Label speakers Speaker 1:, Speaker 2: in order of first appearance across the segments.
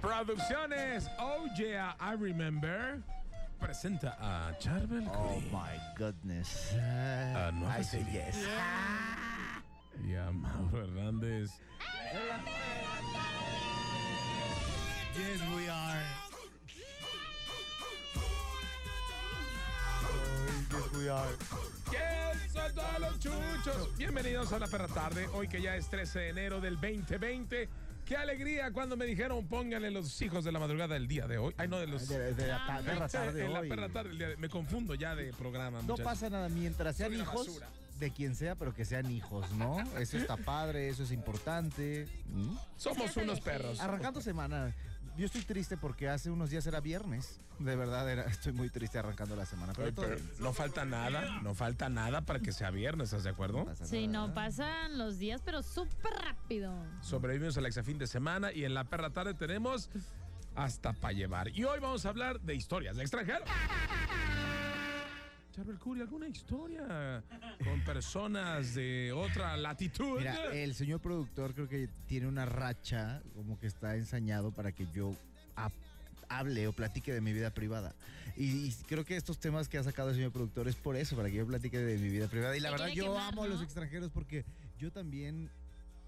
Speaker 1: Producciones Oh Yeah, I Remember presenta a Charbel
Speaker 2: Oh
Speaker 1: Curry
Speaker 2: my goodness.
Speaker 1: Ah, no,
Speaker 2: I
Speaker 1: pues
Speaker 2: say
Speaker 1: sí.
Speaker 2: yes.
Speaker 1: y a Mauro Hernández.
Speaker 2: Yes, we are. Yes, we are.
Speaker 1: ¿Quién son todos los chuchos? Bienvenidos a la perra tarde, hoy que ya es 13 de enero del 2020. ¡Qué alegría cuando me dijeron pónganle los hijos de la madrugada el día de hoy! Ay, no, de los...
Speaker 2: De, de la ta- de la
Speaker 1: Sí,
Speaker 2: tarde
Speaker 1: Pues, Este, en la
Speaker 2: hoy.
Speaker 1: perra tarde, el día de- me confundo ya de programa.
Speaker 2: No
Speaker 1: muchachos.
Speaker 2: pasa nada mientras sean
Speaker 1: Soy una
Speaker 2: hijos
Speaker 1: basura.
Speaker 2: de quien sea, pero que sean hijos, ¿no? Eso está padre, eso es importante. ¿Mm?
Speaker 1: Somos unos perros.
Speaker 2: Arrancando semana. Yo estoy triste porque hace unos días era viernes. De verdad, era, estoy muy triste arrancando la semana. Pero,
Speaker 1: Ay,
Speaker 2: todo
Speaker 1: pero
Speaker 2: bien.
Speaker 1: no falta nada, no falta nada para que sea viernes, ¿estás de acuerdo?
Speaker 2: pasa
Speaker 3: Sí,
Speaker 2: nada,
Speaker 3: no,
Speaker 2: ¿verdad?
Speaker 3: pasan los días, pero súper rápido.
Speaker 1: Sobrevivimos al exafín de semana y en la perra tarde tenemos hasta para llevar. Y hoy vamos a hablar de historias de extranjero. Charbel Curry, ¿alguna historia con personas de otra latitud?
Speaker 2: Mira, eh, el señor productor creo que tiene una racha, como que está ensañado para que yo ha- hable o platique de mi vida privada. Y, y creo que estos temas que ha sacado el señor productor es por eso, para que yo platique de mi vida privada. Y la
Speaker 3: Te
Speaker 2: verdad,
Speaker 3: quiere
Speaker 2: yo
Speaker 3: quemar,
Speaker 2: amo a
Speaker 3: ¿no?
Speaker 2: los extranjeros porque yo también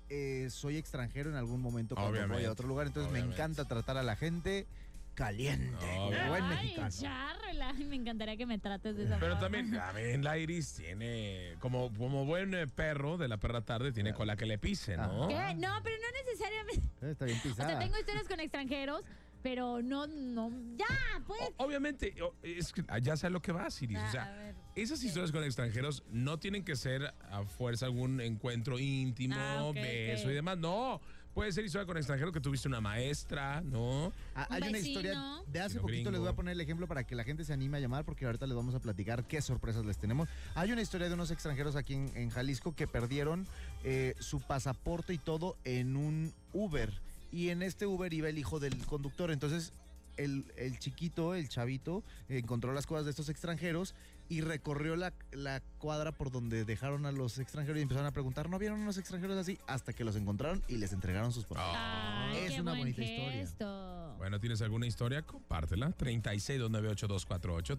Speaker 2: eh, soy extranjero en algún momento cuando voy
Speaker 1: Obviamente,
Speaker 2: a otro lugar, entonces
Speaker 1: obviamente.
Speaker 2: me encanta tratar a la gente caliente, como
Speaker 1: Obvio.
Speaker 2: buen
Speaker 3: Ay,
Speaker 2: mexicano.
Speaker 3: Charly, ay, me encantaría que me trates de esa
Speaker 1: Pero
Speaker 3: forma.
Speaker 1: también, a ver, la Iris tiene, como, como buen eh, perro de la perra tarde, tiene
Speaker 2: Claro.
Speaker 1: cola que le pise, ¿no?
Speaker 3: ¿Qué? No, pero no necesariamente.
Speaker 2: Eh, Está bien
Speaker 3: O sea,
Speaker 2: pisada.
Speaker 3: tengo historias con extranjeros, pero no, no. ¡Ya! Pues.
Speaker 1: O- obviamente, o- es que ya sé a lo que vas, Iris. O
Speaker 3: Ah,
Speaker 1: sea,
Speaker 3: a ver.
Speaker 1: Esas historias con extranjeros no tienen que ser a fuerza algún encuentro íntimo,
Speaker 3: Ah, ok,
Speaker 1: beso
Speaker 3: ok.
Speaker 1: y demás. No, puede ser historia con extranjeros que tuviste una maestra, ¿no?
Speaker 2: Ah,
Speaker 3: Un
Speaker 2: hay una
Speaker 3: vecino.
Speaker 2: historia de hace
Speaker 1: Vecino
Speaker 2: poquito, les voy a
Speaker 1: gringo.
Speaker 2: poner el ejemplo para que la gente se anime a llamar porque ahorita les vamos a platicar qué sorpresas les tenemos. Hay una historia de unos extranjeros aquí en, en Jalisco que perdieron eh, su pasaporte y todo en un Uber. Y en este Uber iba el hijo del conductor. Entonces el, el chiquito, el chavito, encontró las cosas de estos extranjeros y recorrió la, la cuadra por donde dejaron a los extranjeros y empezaron a preguntar, ¿no vieron unos extranjeros así? Hasta que los encontraron y les entregaron sus papeles.
Speaker 3: Ay,
Speaker 2: es
Speaker 3: qué
Speaker 2: una
Speaker 3: buen
Speaker 2: bonita historia.
Speaker 3: gesto.
Speaker 1: Ah, Bueno, ¿tienes alguna historia? Compártela. 36298248,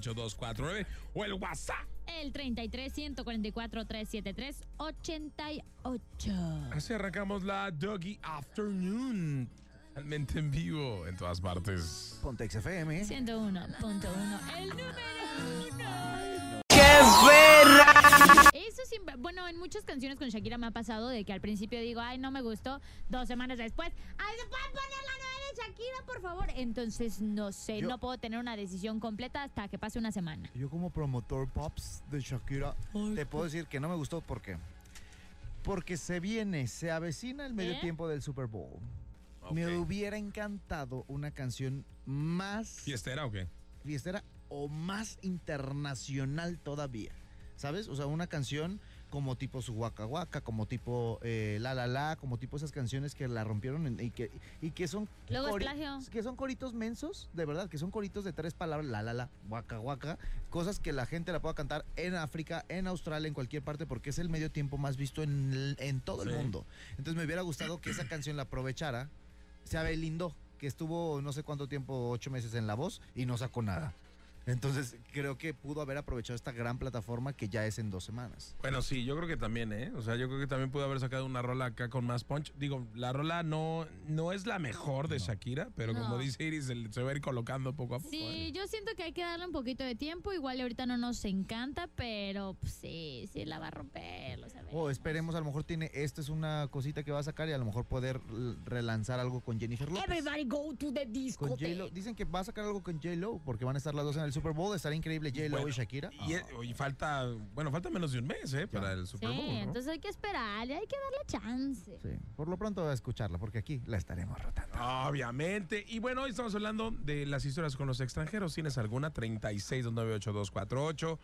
Speaker 1: 36298249 o el WhatsApp.
Speaker 3: El 33 144 373 88.
Speaker 1: Así arrancamos la Doggy Afternoon. Realmente en vivo, en todas partes.
Speaker 2: Pontex FM.
Speaker 3: 101.1. El número uno. Eso siempre, bueno, en muchas canciones con Shakira me ha pasado de que al principio digo, ay, no me gustó. Dos semanas después, ay, ¿se puede poner la nueva de Shakira, por favor? Entonces, no sé,
Speaker 2: Yo-
Speaker 3: no puedo tener una decisión completa hasta que pase una semana.
Speaker 2: Yo como promotor Pops de Shakira, te puedo decir que no me gustó ¿por qué? Porque se viene, se avecina el medio
Speaker 3: ¿Eh?
Speaker 2: tiempo del Super Bowl. Me
Speaker 1: Ok.
Speaker 2: hubiera encantado una canción más
Speaker 1: ¿Fiestera o qué?
Speaker 2: fiestera o más internacional todavía. ¿Sabes? O sea, una canción como tipo su Waka Waka, como tipo eh, La La La, como tipo esas canciones que la rompieron en- y, que, y que son...
Speaker 3: Luego es
Speaker 2: cori-
Speaker 3: plagio.
Speaker 2: Que son coritos mensos, de verdad, que son coritos de tres palabras, La La La, Waka Waka, cosas que la gente la pueda cantar en África, en Australia, en cualquier parte, porque es el medio tiempo más visto en, el- en todo el
Speaker 1: Sí.
Speaker 2: mundo. Entonces me hubiera gustado que esa canción la aprovechara, se abelindó, que estuvo no sé cuánto tiempo, ocho meses en la voz y no sacó nada. Entonces creo que pudo haber aprovechado esta gran plataforma que ya es en dos semanas.
Speaker 1: Bueno, sí, yo creo que también, ¿eh? O sea, yo creo que también pudo haber sacado una rola acá con más punch. Digo, la rola no, no es la mejor de Shakira, pero como
Speaker 3: No.
Speaker 1: dice Iris, el- se va a ir colocando poco a poco.
Speaker 3: Sí,
Speaker 1: ¿eh?
Speaker 3: yo siento que hay que darle un poquito de tiempo. Igual y ahorita no nos encanta, pero pues, sí, sí la va a romper.
Speaker 2: O
Speaker 3: lo
Speaker 1: Oh,
Speaker 3: sabemos.
Speaker 2: esperemos, a lo mejor tiene, esta es una cosita que va a sacar y a lo mejor poder l- relanzar algo con Jennifer Lopez.
Speaker 3: Everybody go to the disco.
Speaker 2: Con J-Lo. Dicen que va a sacar algo con J-Lo porque van a estar las dos en el Super Bowl estará increíble J-Lo
Speaker 1: Bueno,
Speaker 2: y Shakira.
Speaker 1: Y, eh, oye, falta, bueno, falta menos de un mes, ¿eh? Para el
Speaker 3: Sí,
Speaker 1: Super Bowl. ¿no?
Speaker 3: entonces hay que esperar, hay que darle chance.
Speaker 2: Sí, por lo pronto a escucharla, porque aquí la estaremos rotando.
Speaker 1: Obviamente. Y bueno, hoy estamos hablando de las historias con los extranjeros. ¿Tienes alguna? 36298248.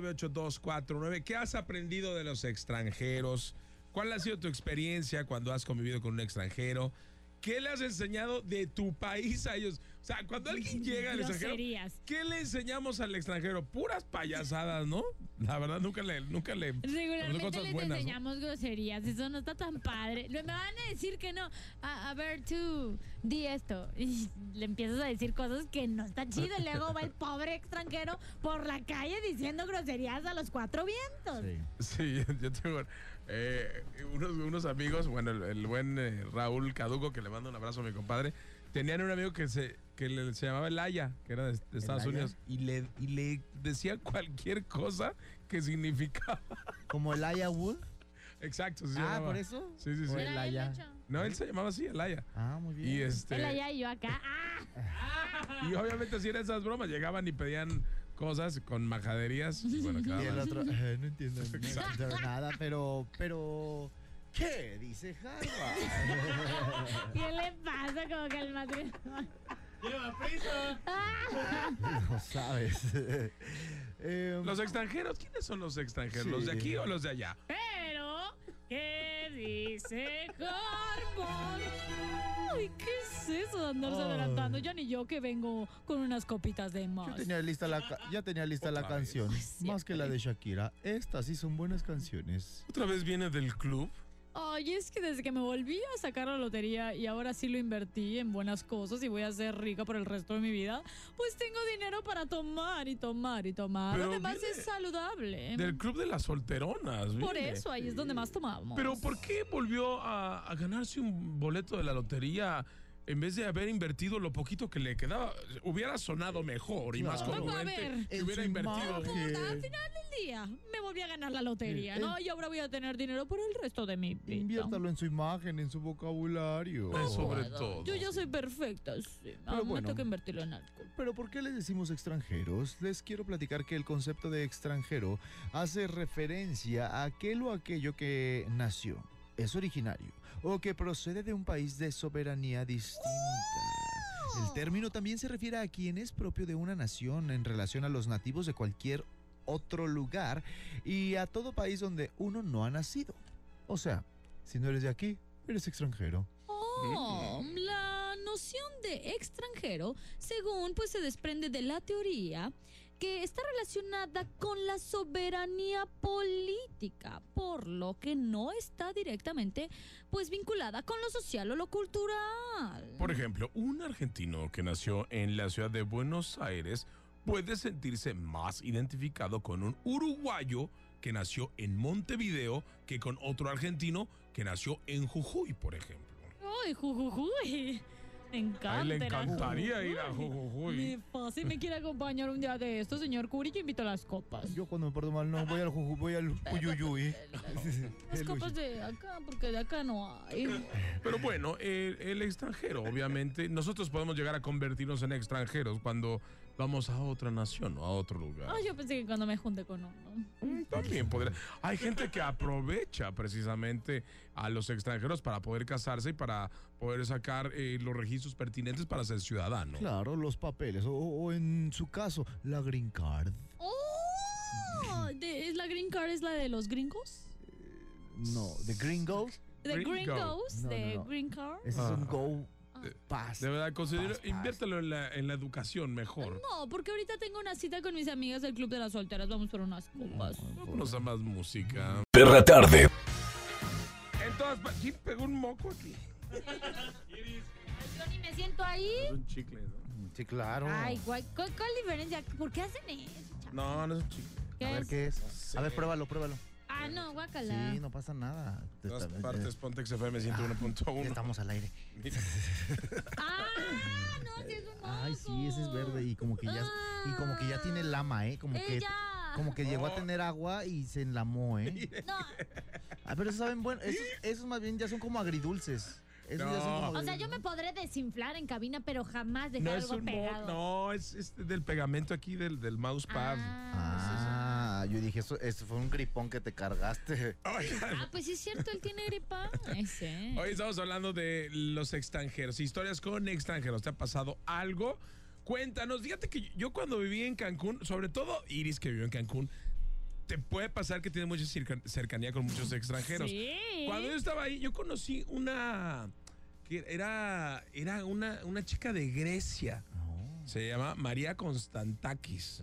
Speaker 1: 36298249. ¿Qué has aprendido de los extranjeros? ¿Cuál ha sido tu experiencia cuando has convivido con un extranjero? ¿Qué le has enseñado de tu país a ellos? O sea, cuando alguien llega al extranjero,
Speaker 3: Groserías.
Speaker 1: ¿qué le enseñamos al extranjero? Puras payasadas, ¿no? La verdad, nunca le... Nunca le
Speaker 3: Regularmente
Speaker 1: pues, cosas
Speaker 3: les
Speaker 1: buenas, ¿no?
Speaker 3: enseñamos groserías, eso no está tan padre. Lo- Me van a decir que no. A, a ver, tú, di esto. Y le empiezas a decir cosas que no está chido. Y luego va el pobre extranjero por la calle diciendo groserías a los cuatro vientos.
Speaker 2: Sí.
Speaker 1: Sí, yo tengo eh, unos, unos amigos, bueno, el, el buen eh, Raúl Caduco, que le mando un abrazo a mi compadre, tenían un amigo que se, que le- se llamaba El Aya, que era de, de Estados
Speaker 2: Aya?
Speaker 1: Unidos, y le, y le decía cualquier cosa que significaba.
Speaker 2: Como el Aya Wood.
Speaker 1: Exacto, sí. se
Speaker 2: Ah,
Speaker 1: llamaba.
Speaker 2: por eso.
Speaker 1: Sí, sí, sí.
Speaker 2: O
Speaker 3: Era
Speaker 2: el
Speaker 3: bien
Speaker 2: Aya.
Speaker 3: macho.
Speaker 1: No, él se llamaba así, El Aya.
Speaker 2: Ah, muy bien.
Speaker 1: Y este.
Speaker 3: Él allá y yo acá. ¡Ah!
Speaker 1: Y obviamente si eran esas bromas, llegaban y pedían cosas con majaderías. Y bueno,
Speaker 2: Y el
Speaker 1: quedaban-
Speaker 2: otro, "Ah, no entiendo no
Speaker 1: Exacto.
Speaker 2: entiendo nada, pero, pero, ¿qué dice Harvard?
Speaker 3: ¿Qué le pasa? Como que el matrimonio.
Speaker 2: no sabes. Em,
Speaker 1: Los extranjeros, ¿quiénes son los extranjeros?
Speaker 2: Sí.
Speaker 1: ¿Los de aquí o los de allá?
Speaker 3: Pero, ¿qué dice Harmon? Ay, ¿qué es eso de andarse
Speaker 2: Ay.
Speaker 3: adelantando? Ya ni yo que vengo con unas copitas de
Speaker 2: yo
Speaker 3: más.
Speaker 2: tenía lista la, ca- ya tenía lista la
Speaker 1: Otra vez.
Speaker 2: canción, más que
Speaker 3: siempre.
Speaker 2: la de Shakira. Estas sí son buenas canciones.
Speaker 1: ¿Otra vez viene del club?
Speaker 3: Ay, es que desde que me volví a sacar la lotería y ahora sí lo invertí en buenas cosas y voy a ser rica por el resto de mi vida, pues tengo dinero para tomar y tomar y tomar.
Speaker 1: Pero
Speaker 3: Además
Speaker 1: viene
Speaker 3: es saludable.
Speaker 1: Del club de las solteronas.
Speaker 3: Por
Speaker 1: mire.
Speaker 3: eso ahí es donde más tomamos.
Speaker 1: Pero ¿por qué volvió a, a ganarse un boleto de la lotería en vez de haber invertido lo poquito que le quedaba? Hubiera sonado mejor y más
Speaker 2: Claro.
Speaker 3: Vamos a
Speaker 1: congruente.
Speaker 3: ver.
Speaker 1: que hubiera
Speaker 2: En su
Speaker 1: invertido.
Speaker 2: imagen.
Speaker 3: Puta, al final del día me volví a ganar la lotería,
Speaker 2: Eh,
Speaker 3: ¿no? Y ahora voy a tener dinero por el resto de mi vida.
Speaker 2: Inviértalo en su imagen, en su vocabulario.
Speaker 1: Eh, sobre todo.
Speaker 3: Yo ya soy perfecta, sí. Ah,
Speaker 2: Pero
Speaker 3: Me
Speaker 2: bueno.
Speaker 3: toca invertirlo en algo.
Speaker 2: Pero ¿por qué les decimos extranjeros? Les quiero platicar que el concepto de extranjero hace referencia a aquel o aquello que nació, es originario o que procede de un país de soberanía distinta. El término también se refiere a quien es propio de una nación en relación a los nativos de cualquier otro lugar y a todo país donde uno no ha nacido. O sea, si no eres de aquí, eres extranjero.
Speaker 3: Oh, la noción de extranjero, según pues se desprende de la teoría que está relacionada con la soberanía política, por lo que no está directamente pues vinculada con lo social o lo cultural.
Speaker 1: Por ejemplo, un argentino que nació en la ciudad de Buenos Aires puede sentirse más identificado con un uruguayo que nació en Montevideo que con otro argentino que nació en Jujuy, por ejemplo.
Speaker 3: Ay, jujujuy. Me encanta.
Speaker 1: A él le
Speaker 3: la
Speaker 1: encantaría ir a
Speaker 3: Me
Speaker 1: Jujuy.
Speaker 3: fácil, me quiere acompañar un día de esto, señor Curi, yo invito a las copas.
Speaker 2: Yo cuando me porto mal no voy al juju, voy al uyuyuy.
Speaker 3: Las
Speaker 2: El
Speaker 3: copas
Speaker 2: uyu-
Speaker 3: de acá, porque de acá no hay.
Speaker 1: Pero bueno, el, el extranjero, obviamente, nosotros podemos llegar a convertirnos en extranjeros cuando vamos a otra nación o a otro lugar.
Speaker 3: Ay, Ah, yo pensé que cuando me junte con uno.
Speaker 1: También podría. Hay gente que aprovecha precisamente a los extranjeros para poder casarse y para poder sacar eh, los registros pertinentes para ser ciudadano.
Speaker 2: Claro, los papeles. O, o en su caso, la green card.
Speaker 3: ¡Oh! De- ¿Es la green card? ¿Es la de los gringos?
Speaker 2: No, the green go.
Speaker 3: ¿De
Speaker 1: Gringo.
Speaker 3: gringos?
Speaker 2: No,
Speaker 3: ¿De
Speaker 2: no, no.
Speaker 3: green card?
Speaker 2: Ese es un go pass.
Speaker 1: De verdad, considero,
Speaker 2: Paz, paz.
Speaker 1: inviértelo en la, en la educación mejor.
Speaker 3: No, porque ahorita tengo una cita con mis amigas del Club de las Solteras. Vamos por unas copas.
Speaker 1: Vámonos a más música.
Speaker 4: Perra tarde.
Speaker 1: Entonces, ¿quién pegó un moco aquí?
Speaker 3: Yo ni me siento ahí.
Speaker 1: Es un chicle, ¿no?
Speaker 2: Sí, claro.
Speaker 3: Ay, guay. ¿Cuál, cuál diferencia? ¿Por qué hacen eso? chavo?
Speaker 1: No, no es un chicle.
Speaker 3: ¿Qué
Speaker 2: A ver
Speaker 3: es?
Speaker 2: qué es. A ver, pruébalo, pruébalo.
Speaker 3: Ah, no, guacala.
Speaker 2: pues. Sí, no pasa nada. Te
Speaker 1: Todas
Speaker 2: está-
Speaker 1: partes, Pontex FM
Speaker 2: ya
Speaker 1: 101.1.
Speaker 2: Estamos al aire.
Speaker 1: Mira,
Speaker 3: Ah, no, sí es un moco.
Speaker 2: Ay, sí, ese es verde y como que ya y como que ya tiene lama, ¿eh? Como que
Speaker 3: Ella.
Speaker 2: como que llegó
Speaker 1: Oh.
Speaker 2: a tener agua y se enlamó, ¿eh?
Speaker 3: No,
Speaker 2: Ah, pero esos saben bueno, esos, esos más bien ya son como agridulces. Eso ya son
Speaker 1: No.
Speaker 2: como
Speaker 5: O
Speaker 2: de-
Speaker 5: sea, yo me podré desinflar en cabina, pero jamás dejar
Speaker 1: No es
Speaker 5: algo
Speaker 1: un mo-
Speaker 5: pegado.
Speaker 1: no, es, es del pegamento aquí del, del mousepad.
Speaker 5: Ah,
Speaker 2: Ah, yo dije, eso, eso fue un gripón que te cargaste.
Speaker 5: pues,
Speaker 1: Oigan,
Speaker 5: ah, pues sí es cierto, él tiene gripa. Ay, sí.
Speaker 1: Hoy estamos hablando de los extranjeros, historias con extranjeros. ¿Te ha pasado algo? Cuéntanos, fíjate que yo cuando viví en Cancún, sobre todo Iris que vivió en Cancún, te puede pasar que tienes mucha cerca- cercanía con muchos extranjeros.
Speaker 5: Sí.
Speaker 1: Cuando yo estaba ahí, yo conocí una que era era una, una chica de Grecia. Se llama María Constantakis.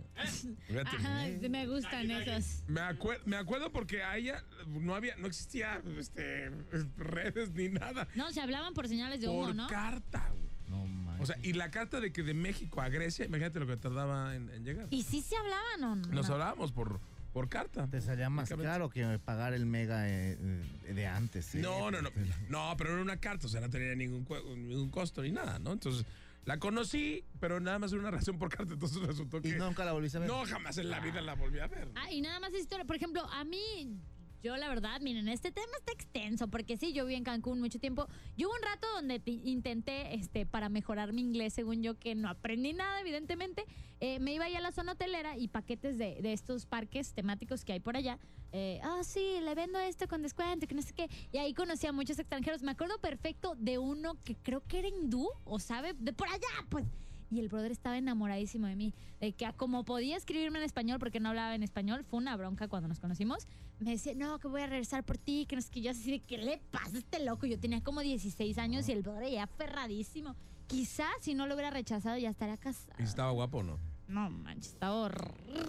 Speaker 1: Fíjate.
Speaker 5: Ajá, me gustan esos.
Speaker 1: Me, acuer- me acuerdo porque a ella no había, no existía este, redes ni nada.
Speaker 5: No, se hablaban por señales de humo,
Speaker 1: Por
Speaker 5: ¿no?
Speaker 1: carta, güey.
Speaker 2: No mames.
Speaker 1: O sea, y la carta de que de México a Grecia, imagínate lo que tardaba en, en llegar.
Speaker 5: ¿Y sí se hablaban o no?
Speaker 1: Nos hablábamos por, por carta.
Speaker 2: te salía más caro que pagar el mega eh, eh, de antes. ¿eh?
Speaker 1: No, no, no. No, pero era una carta, o sea, no tenía ningún, cu- ningún costo ni nada, ¿no? Entonces, la conocí, pero nada más era una relación por carta, entonces resultó
Speaker 2: Y
Speaker 1: que.
Speaker 2: nunca la volviste a ver.
Speaker 1: No, jamás en la vida la volví a ver.
Speaker 5: Ah, y nada más esa historia. Por ejemplo, a mí, yo la verdad, miren, este tema está extenso, porque sí, yo viví en Cancún mucho tiempo. Yo hubo un rato donde ti- intenté, este, para mejorar mi inglés, según yo, que no aprendí nada, evidentemente. Eh, me iba ahí a la zona hotelera y paquetes de, de estos parques temáticos que hay por allá. Eh, Ah, sí, le vendo esto con descuento, que no sé qué. Y ahí conocí a muchos extranjeros. Me acuerdo perfecto de uno que creo que era hindú, o sabe, de por allá, pues. Y el brother estaba enamoradísimo de mí. De que como podía escribirme en español porque no hablaba en español, fue una bronca cuando nos conocimos. Me decía, no, que voy a regresar por ti, que no sé qué. Yo así de, ¿qué le pasa a este loco? Yo tenía como 16 años y el brother ya aferradísimo. Quizás si no lo hubiera rechazado ya estaría casado.
Speaker 1: Y estaba guapo, ¿no?
Speaker 5: No manches, estaba horrible.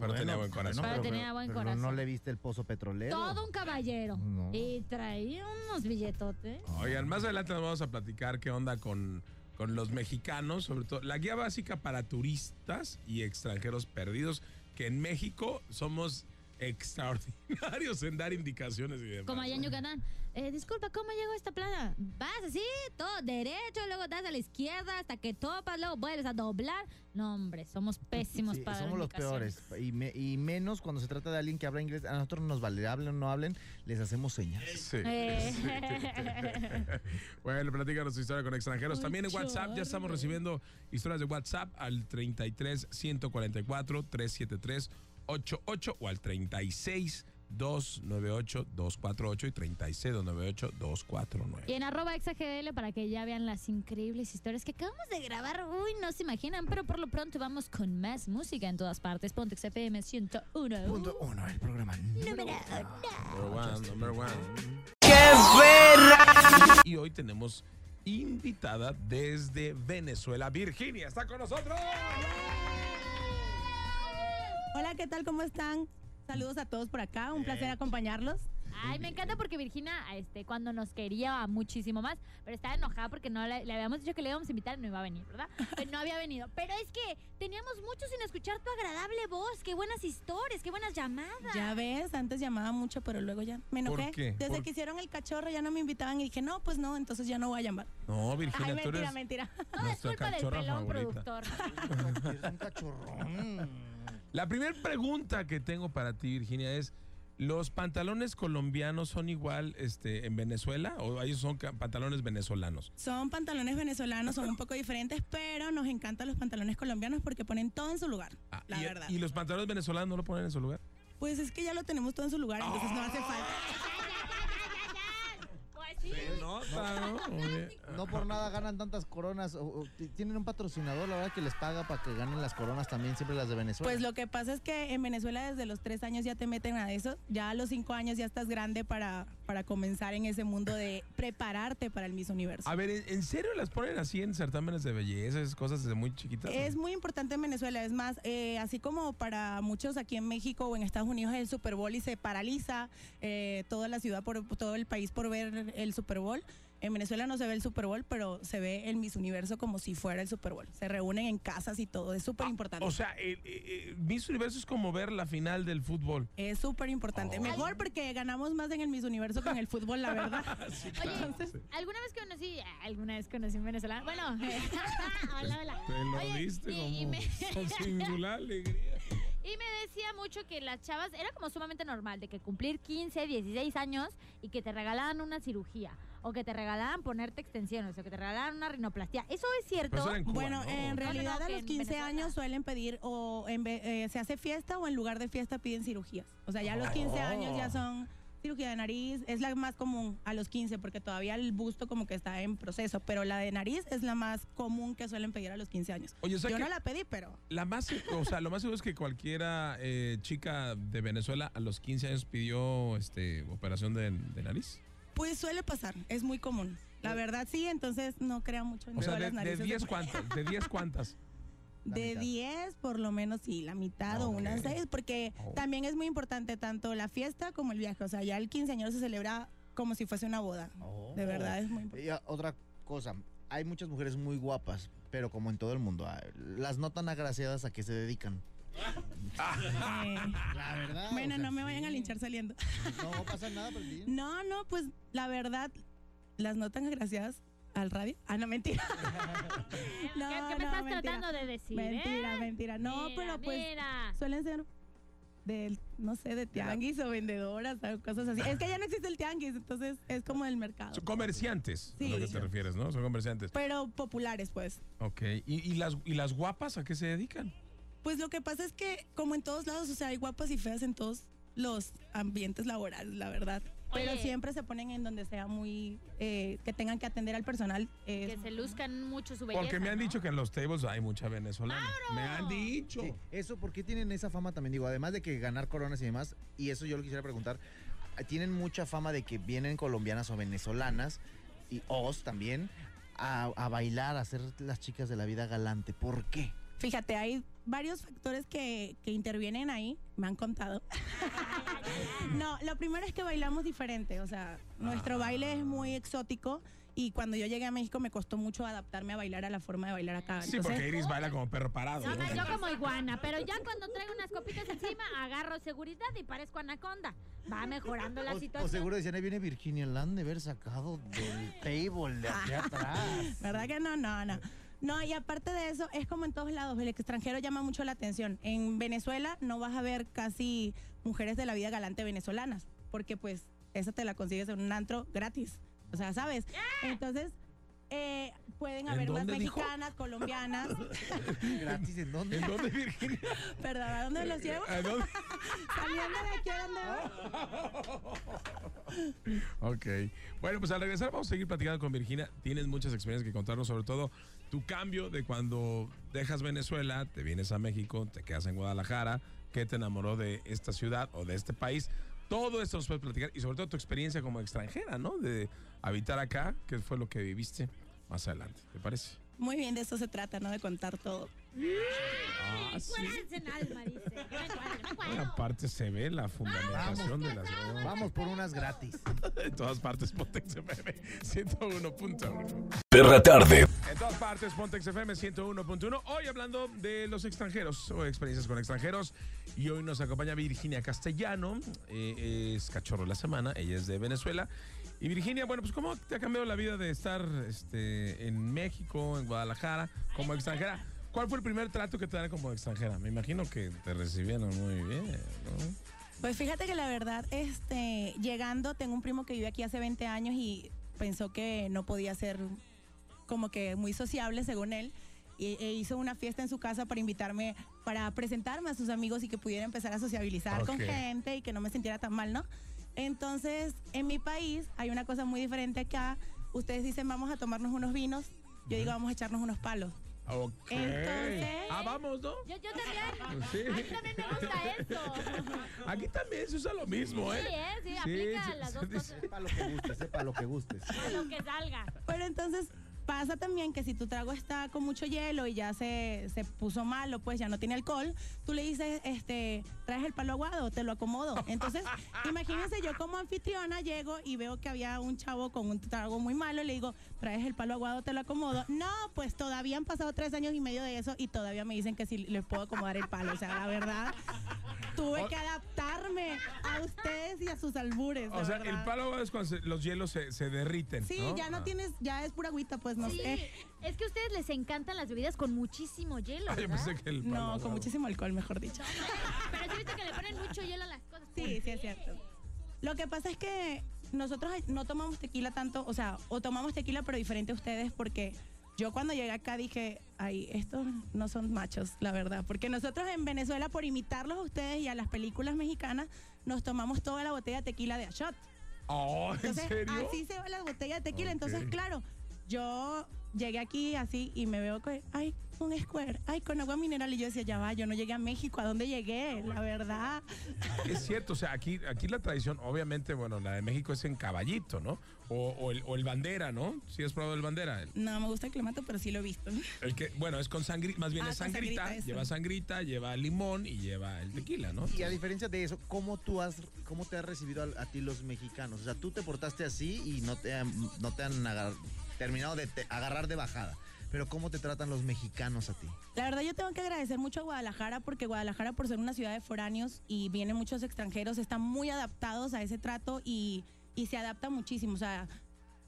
Speaker 1: Pero tenía buen corazón.
Speaker 5: Pero tenía buen corazón.
Speaker 2: No le viste el pozo petrolero.
Speaker 5: Todo un caballero.
Speaker 2: No.
Speaker 5: Y traía unos billetotes.
Speaker 1: Oigan, más adelante nos vamos a platicar qué onda con, con los mexicanos, sobre todo la guía básica para turistas y extranjeros perdidos, que en México somos extraordinarios en dar indicaciones y demás.
Speaker 5: Como allá en Yucatán. Eh, disculpa, ¿cómo llego a esta playa? Vas así, todo derecho, luego das a la izquierda hasta que topas, luego vuelves a doblar. No, hombre, somos pésimos
Speaker 2: Sí,
Speaker 5: para dar
Speaker 2: somos los
Speaker 5: indicaciones.
Speaker 2: peores. Y, me- y menos cuando se trata de alguien que habla inglés. A nosotros nos vale, hablen o no hablen, les hacemos señas.
Speaker 1: Sí,
Speaker 5: Eh.
Speaker 1: sí. bueno, platícanos tu historia con extranjeros.
Speaker 5: Ay,
Speaker 1: También en WhatsApp ya estamos
Speaker 5: chorro.
Speaker 1: recibiendo historias de WhatsApp al 33 144 373 88 o al 36 298 248 y 36 298 249.
Speaker 5: Y en arroba exagl para que ya vean las increíbles historias que acabamos de grabar. Uy, no se imaginan, pero por lo pronto vamos con más música en todas partes. Ponte XFM 101.
Speaker 2: Punto uno, el programa.
Speaker 5: Número
Speaker 1: Number one, number one. Y hoy tenemos invitada desde Venezuela, Virginia. ¡Está con nosotros!
Speaker 6: Hola, ¿qué tal? ¿Cómo están? Saludos a todos por acá, un placer acompañarlos.
Speaker 5: Ay, me encanta porque Virginia, este, cuando nos quería muchísimo más, pero estaba enojada porque no le, le habíamos dicho que le íbamos a invitar y no iba a venir, ¿verdad? Pero no había venido. Pero es que teníamos mucho sin escuchar tu agradable voz, qué buenas historias, qué buenas llamadas.
Speaker 6: Ya ves, antes llamaba mucho, pero luego ya me
Speaker 1: ¿Por
Speaker 6: enojé.
Speaker 1: qué?
Speaker 6: Desde
Speaker 1: ¿Por-
Speaker 6: que hicieron el cachorro ya no me invitaban y dije, no, pues no, entonces ya no voy a llamar.
Speaker 1: No, Virginia,
Speaker 6: Ay,
Speaker 1: tú
Speaker 6: mentira,
Speaker 1: eres
Speaker 6: mentira.
Speaker 5: Todo es
Speaker 1: nuestra
Speaker 5: culpa del
Speaker 1: cachorra
Speaker 5: pelón
Speaker 1: favorita.
Speaker 5: productor.
Speaker 2: Es un cachorrón.
Speaker 1: La primera pregunta que tengo para ti, Virginia, es: ¿los pantalones colombianos son igual este, en Venezuela o ellos son ca- pantalones venezolanos?
Speaker 6: Son pantalones venezolanos, son un poco diferentes, pero nos encantan los pantalones colombianos porque ponen todo en su lugar,
Speaker 1: Ah,
Speaker 6: la
Speaker 1: y,
Speaker 6: verdad.
Speaker 1: ¿Y los pantalones venezolanos no lo ponen en su lugar?
Speaker 6: Pues es que ya lo tenemos todo en su lugar, entonces no hace falta.
Speaker 5: Pues sí.
Speaker 1: nota, ¿no? Muy bien.
Speaker 2: No por nada ganan tantas coronas. o- o t- tienen un patrocinador, la verdad, que les paga para que ganen las coronas también, siempre las de Venezuela.
Speaker 6: Pues lo que pasa es que en Venezuela desde los tres años ya te meten a eso, ya a los cinco años ya estás grande para, para comenzar en ese mundo de prepararte para el Miss Universo.
Speaker 1: A ver, ¿en en serio las ponen así en certámenes de belleza, esas cosas desde muy chiquitas?
Speaker 6: Es muy importante en Venezuela, es más, eh, así como para muchos aquí en México o en Estados Unidos es el Super Bowl y se paraliza eh, toda la ciudad, por, todo el país por ver el Super Bowl. En Venezuela no se ve el Super Bowl, pero se ve el Miss Universo como si fuera el Super Bowl. Se reúnen en casas y todo, es súper importante.
Speaker 1: Ah, O sea, eh, el- el- el Miss Universo es como ver la final del fútbol.
Speaker 6: es súper importante. Mejor porque ganamos más en el Miss Universo que en el fútbol, la verdad.
Speaker 5: Oye, ¿alguna vez conocí, alguna vez conocí un venezolano? Bueno, hola, hola. Oye, y- y me-
Speaker 1: singular alegría.
Speaker 5: Y me decía mucho que las chavas era como sumamente normal de que cumplir 15, 16 años y que te regalaban una cirugía. o que te regalaban ponerte extensiones o que te regalaban una rinoplastia. ¿Eso es cierto?
Speaker 1: Pero eso era en Cuba,
Speaker 6: Bueno,
Speaker 1: ¿no?
Speaker 6: en realidad
Speaker 5: no,
Speaker 6: a
Speaker 5: que
Speaker 6: los
Speaker 5: en
Speaker 6: 15
Speaker 5: Venezuela.
Speaker 6: años suelen pedir o en ve- eh, se hace fiesta o en lugar de fiesta piden cirugías. O sea, ya a los 15 años ya son cirugía de nariz, es la más común a los 15 porque todavía el busto como que está en proceso, pero la de nariz es la más común que suelen pedir a los 15 años.
Speaker 1: Oye, o sea
Speaker 6: Yo
Speaker 1: que
Speaker 6: no la pedí, pero
Speaker 1: la más, o sea, lo más seguro es que cualquiera eh, chica de Venezuela a los 15 años pidió este, operación de, de nariz.
Speaker 6: pues suele pasar, es muy común. La verdad sí, entonces no crea mucho en
Speaker 1: Eh. O sea,
Speaker 6: todas
Speaker 1: de,
Speaker 6: las
Speaker 1: de
Speaker 6: narices.
Speaker 1: 10 cuántas, de 10 cuántas.
Speaker 2: La
Speaker 6: De
Speaker 2: mitad. Ah,
Speaker 6: 10 por lo menos, sí, la mitad o unas
Speaker 1: Ok.
Speaker 6: 6, porque
Speaker 1: Oh.
Speaker 6: también es muy importante tanto la fiesta como el viaje. O sea, ya el quinceañero se celebra como si fuese una boda.
Speaker 2: Oh.
Speaker 6: De verdad es muy importante.
Speaker 2: Y, ah, otra cosa, hay muchas mujeres muy guapas, pero como en todo el mundo, ah, las no tan agraciadas a qué se dedican. La verdad.
Speaker 6: bueno,
Speaker 2: o sea,
Speaker 6: no me vayan a
Speaker 2: sí.
Speaker 6: linchar saliendo.
Speaker 2: No pasa nada, pero sí.
Speaker 6: No, no, pues la verdad, las no tan agraciadas al radio. Ah, no, mentira. no,
Speaker 5: ¿Qué, qué me
Speaker 6: no,
Speaker 5: estás
Speaker 6: mentira.
Speaker 5: tratando de decir? eh?
Speaker 6: Mentira, mentira. No,
Speaker 5: Mira,
Speaker 6: pero pues
Speaker 5: mira.
Speaker 6: suelen ser del, no sé, de tianguis o vendedoras o cosas así. Es que ya no existe el tianguis, entonces es como el mercado.
Speaker 1: Son comerciantes, a lo que te
Speaker 6: Sí.
Speaker 1: refieres, ¿no? Son comerciantes.
Speaker 6: Pero populares, pues.
Speaker 1: Ok. ¿Y, y las, ¿Y las guapas a qué se dedican?
Speaker 6: Pues lo que pasa es que, como en todos lados, o sea, hay guapas y feas en todos los ambientes laborales, la verdad. Pero
Speaker 5: Oye.
Speaker 6: siempre se ponen en donde sea muy. eh, que tengan que atender al personal. eh,
Speaker 5: Que se luzcan mucho su belleza.
Speaker 1: Porque me han
Speaker 5: Pues ¿no?
Speaker 1: dicho que en los tables hay mucha venezolana. Me han dicho.
Speaker 2: Sí, eso, ¿por qué tienen esa fama también? Digo, además de que ganar coronas y demás, y eso yo lo quisiera preguntar, tienen mucha fama de que vienen colombianas o venezolanas, y os también, a, a bailar, a ser las chicas de la vida galante. ¿Por qué?
Speaker 6: Fíjate, hay varios factores que, que intervienen ahí, me han contado. no, lo primero es que bailamos diferente, o sea,
Speaker 1: Ah.
Speaker 6: nuestro baile es muy exótico y cuando yo llegué a México me costó mucho adaptarme a bailar a la forma de bailar acá.
Speaker 1: Sí,
Speaker 6: Entonces,
Speaker 1: porque Iris baila como perro parado.
Speaker 5: No,
Speaker 1: ¿no?
Speaker 5: no, yo como iguana, pero ya cuando traigo unas copitas encima, agarro seguridad y parezco anaconda. Va mejorando la
Speaker 2: O, o
Speaker 5: situación.
Speaker 2: seguro decían, ahí viene Virginia Land de haber sacado del table de aquí atrás.
Speaker 6: ¿Verdad que no? No, no. No, y aparte de eso, es como en todos lados, el extranjero llama mucho la atención. En Venezuela no vas a ver casi mujeres de la vida galante venezolanas, porque pues esa te la consigues en un antro gratis. O sea, ¿sabes? Entonces, eh, pueden
Speaker 1: ¿En
Speaker 6: haber más
Speaker 1: dónde dijo?
Speaker 6: mexicanas, colombianas.
Speaker 2: ¿Gratis en dónde?
Speaker 1: ¿En dónde, Virginia?
Speaker 6: Perdón, ¿a dónde los llevo?
Speaker 1: ¿A dónde?
Speaker 6: Saliendo de aquí, ¿a dónde voy?
Speaker 1: Ok. Bueno, pues al regresar vamos a seguir platicando con Virginia. Tienes muchas experiencias que contarnos, sobre todo tu cambio de cuando dejas Venezuela, te vienes a México, te quedas en Guadalajara, qué te enamoró de esta ciudad o de este país. Todo esto nos puedes platicar y sobre todo tu experiencia como extranjera, ¿no? De habitar acá, que fue lo que viviste más adelante, ¿te parece?
Speaker 6: Muy bien, de eso se trata, ¿no? De contar todo.
Speaker 1: Ah, sí.
Speaker 5: Cuélguense en alma, dice. Yo me cuelgo, yo me cuelgo.
Speaker 1: Aparte se ve la fundamentación de las
Speaker 2: Vamos por unas gratis.
Speaker 1: En todas partes, Pontex FM 101.1.
Speaker 4: Perra tarde.
Speaker 1: En todas partes, Pontex FM 101.1. Hoy hablando de los extranjeros o experiencias con extranjeros. Y hoy nos acompaña Virginia Castellano, eh, es cachorro de la semana, ella es de Venezuela. Y Virginia, bueno, pues ¿cómo te ha cambiado la vida de estar este, en México, en Guadalajara, como extranjera? ¿Cuál fue el primer trato que te dan como extranjera? Me imagino que te recibieron muy bien, ¿no?
Speaker 6: Pues fíjate que la verdad, este, llegando, tengo un primo que vive aquí hace 20 años y pensó que no podía ser como que muy sociable, según él, y- e, hizo una fiesta en su casa para invitarme, para presentarme a sus amigos y que pudiera empezar a sociabilizar con
Speaker 1: Ok.
Speaker 6: gente y que no me sintiera tan mal, ¿no? Entonces, en mi país hay una cosa muy diferente acá. Ustedes dicen, vamos a tomarnos unos vinos. Yo digo, vamos a echarnos unos palos.
Speaker 1: Ok.
Speaker 6: Entonces-
Speaker 1: ah, vamos, ¿no?
Speaker 5: Yo, yo también.
Speaker 1: Sí.
Speaker 5: A mí también me gusta eso.
Speaker 1: Aquí también se usa lo mismo,
Speaker 5: Sí,
Speaker 1: ¿eh?
Speaker 5: eh, sí, aplica
Speaker 1: se-
Speaker 5: las
Speaker 1: se
Speaker 5: dos
Speaker 1: dice-
Speaker 5: cosas.
Speaker 2: Sepa lo que gustes, sepa lo que gustes.
Speaker 5: a Lo que salga.
Speaker 6: Pero entonces pasa también que si tu trago está con mucho hielo y ya se, se puso malo, pues ya no tiene alcohol, tú le dices, este, traes el palo aguado, te lo acomodo. Entonces, imagínense, yo como anfitriona llego y veo que había un chavo con un trago muy malo, le digo, traes el palo aguado, te lo acomodo. No, pues todavía han pasado tres años y medio de eso y todavía me dicen que si les puedo acomodar el palo. O sea, la verdad, tuve que adaptarme a ustedes y a sus albures. la
Speaker 1: O sea,
Speaker 6: verdad.
Speaker 1: el palo es cuando se- los hielos se, se derriten.
Speaker 6: Sí, ya no
Speaker 1: Ah.
Speaker 6: tienes, ya es pura agüita, pues no
Speaker 5: Sí,
Speaker 6: sé.
Speaker 5: es que a ustedes les encantan las bebidas con muchísimo hielo,
Speaker 1: Ah, yo
Speaker 5: ¿verdad?
Speaker 1: pensé que el palo.
Speaker 6: No,
Speaker 1: aguado.
Speaker 6: con muchísimo alcohol, mejor dicho.
Speaker 5: Pero sí viste que le ponen mucho hielo a las cosas.
Speaker 6: Sí, sí es cierto. Lo que pasa es que nosotros no tomamos tequila tanto, o sea, o tomamos tequila pero diferente a ustedes porque yo cuando llegué acá dije, ay, estos no son machos, la verdad, porque nosotros en Venezuela por imitarlos a ustedes y a las películas mexicanas nos tomamos toda la botella de tequila de a shot.
Speaker 1: Oh, ¿en
Speaker 6: Entonces,
Speaker 1: serio?
Speaker 6: así se va la botella de tequila. Entonces,
Speaker 1: Ok.
Speaker 6: claro, yo llegué aquí así y me veo que, ay, un square, ay, con agua mineral. Y yo decía, ya va, yo no llegué a México, ¿a dónde llegué? La verdad.
Speaker 1: Es cierto, o sea, aquí, aquí la tradición, obviamente, bueno, la de México es en caballito, ¿no? O, o el, o el bandera, ¿no? Si has probado el bandera. El,
Speaker 6: No, me gusta el clamato, pero sí lo he visto.
Speaker 1: el que, bueno, es con sangrita, más bien
Speaker 6: Ah,
Speaker 1: es
Speaker 6: con
Speaker 1: sangrita.
Speaker 6: sangrita, eso.
Speaker 1: lleva sangrita, lleva limón y lleva el tequila, ¿no?
Speaker 2: Y a diferencia de eso, ¿cómo tú has, cómo te han recibido al- a, ti los mexicanos? O sea, tú te portaste así y no te han, no te han agar- terminado de te- agarrar de bajada. Pero ¿cómo te tratan los mexicanos a ti?
Speaker 6: La verdad, yo tengo que agradecer mucho a Guadalajara porque Guadalajara, por ser una ciudad de foráneos y vienen muchos extranjeros, están muy adaptados a ese trato y, y se adaptan muchísimo. O sea,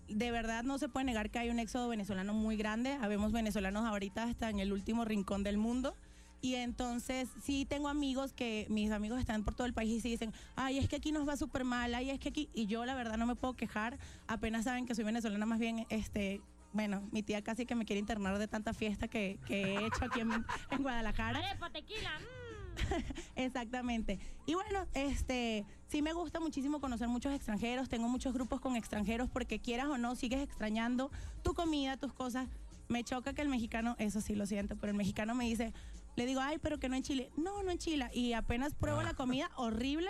Speaker 6: de verdad no se puede negar que hay un éxodo venezolano muy grande. Habemos venezolanos ahorita hasta en el último rincón del mundo. Y entonces sí tengo amigos que mis amigos están por todo el país y sí dicen, ay, es que aquí nos va súper mal, ay, es que aquí... Y yo la verdad no me puedo quejar, apenas saben que soy venezolana, más bien, este, bueno, mi tía casi que me quiere internar de tanta fiesta que, que he hecho aquí en, en Guadalajara.
Speaker 5: Arepa, ¡eh, tequila. mm.
Speaker 6: Exactamente. Y bueno, este, sí me gusta muchísimo conocer muchos extranjeros, tengo muchos grupos con extranjeros porque quieras o no, sigues extrañando tu comida, tus cosas. Me choca que el mexicano, eso sí lo siento, pero el mexicano me dice, le digo, ay, pero que no en Chile. No, no en Chile. Y apenas pruebo la comida horrible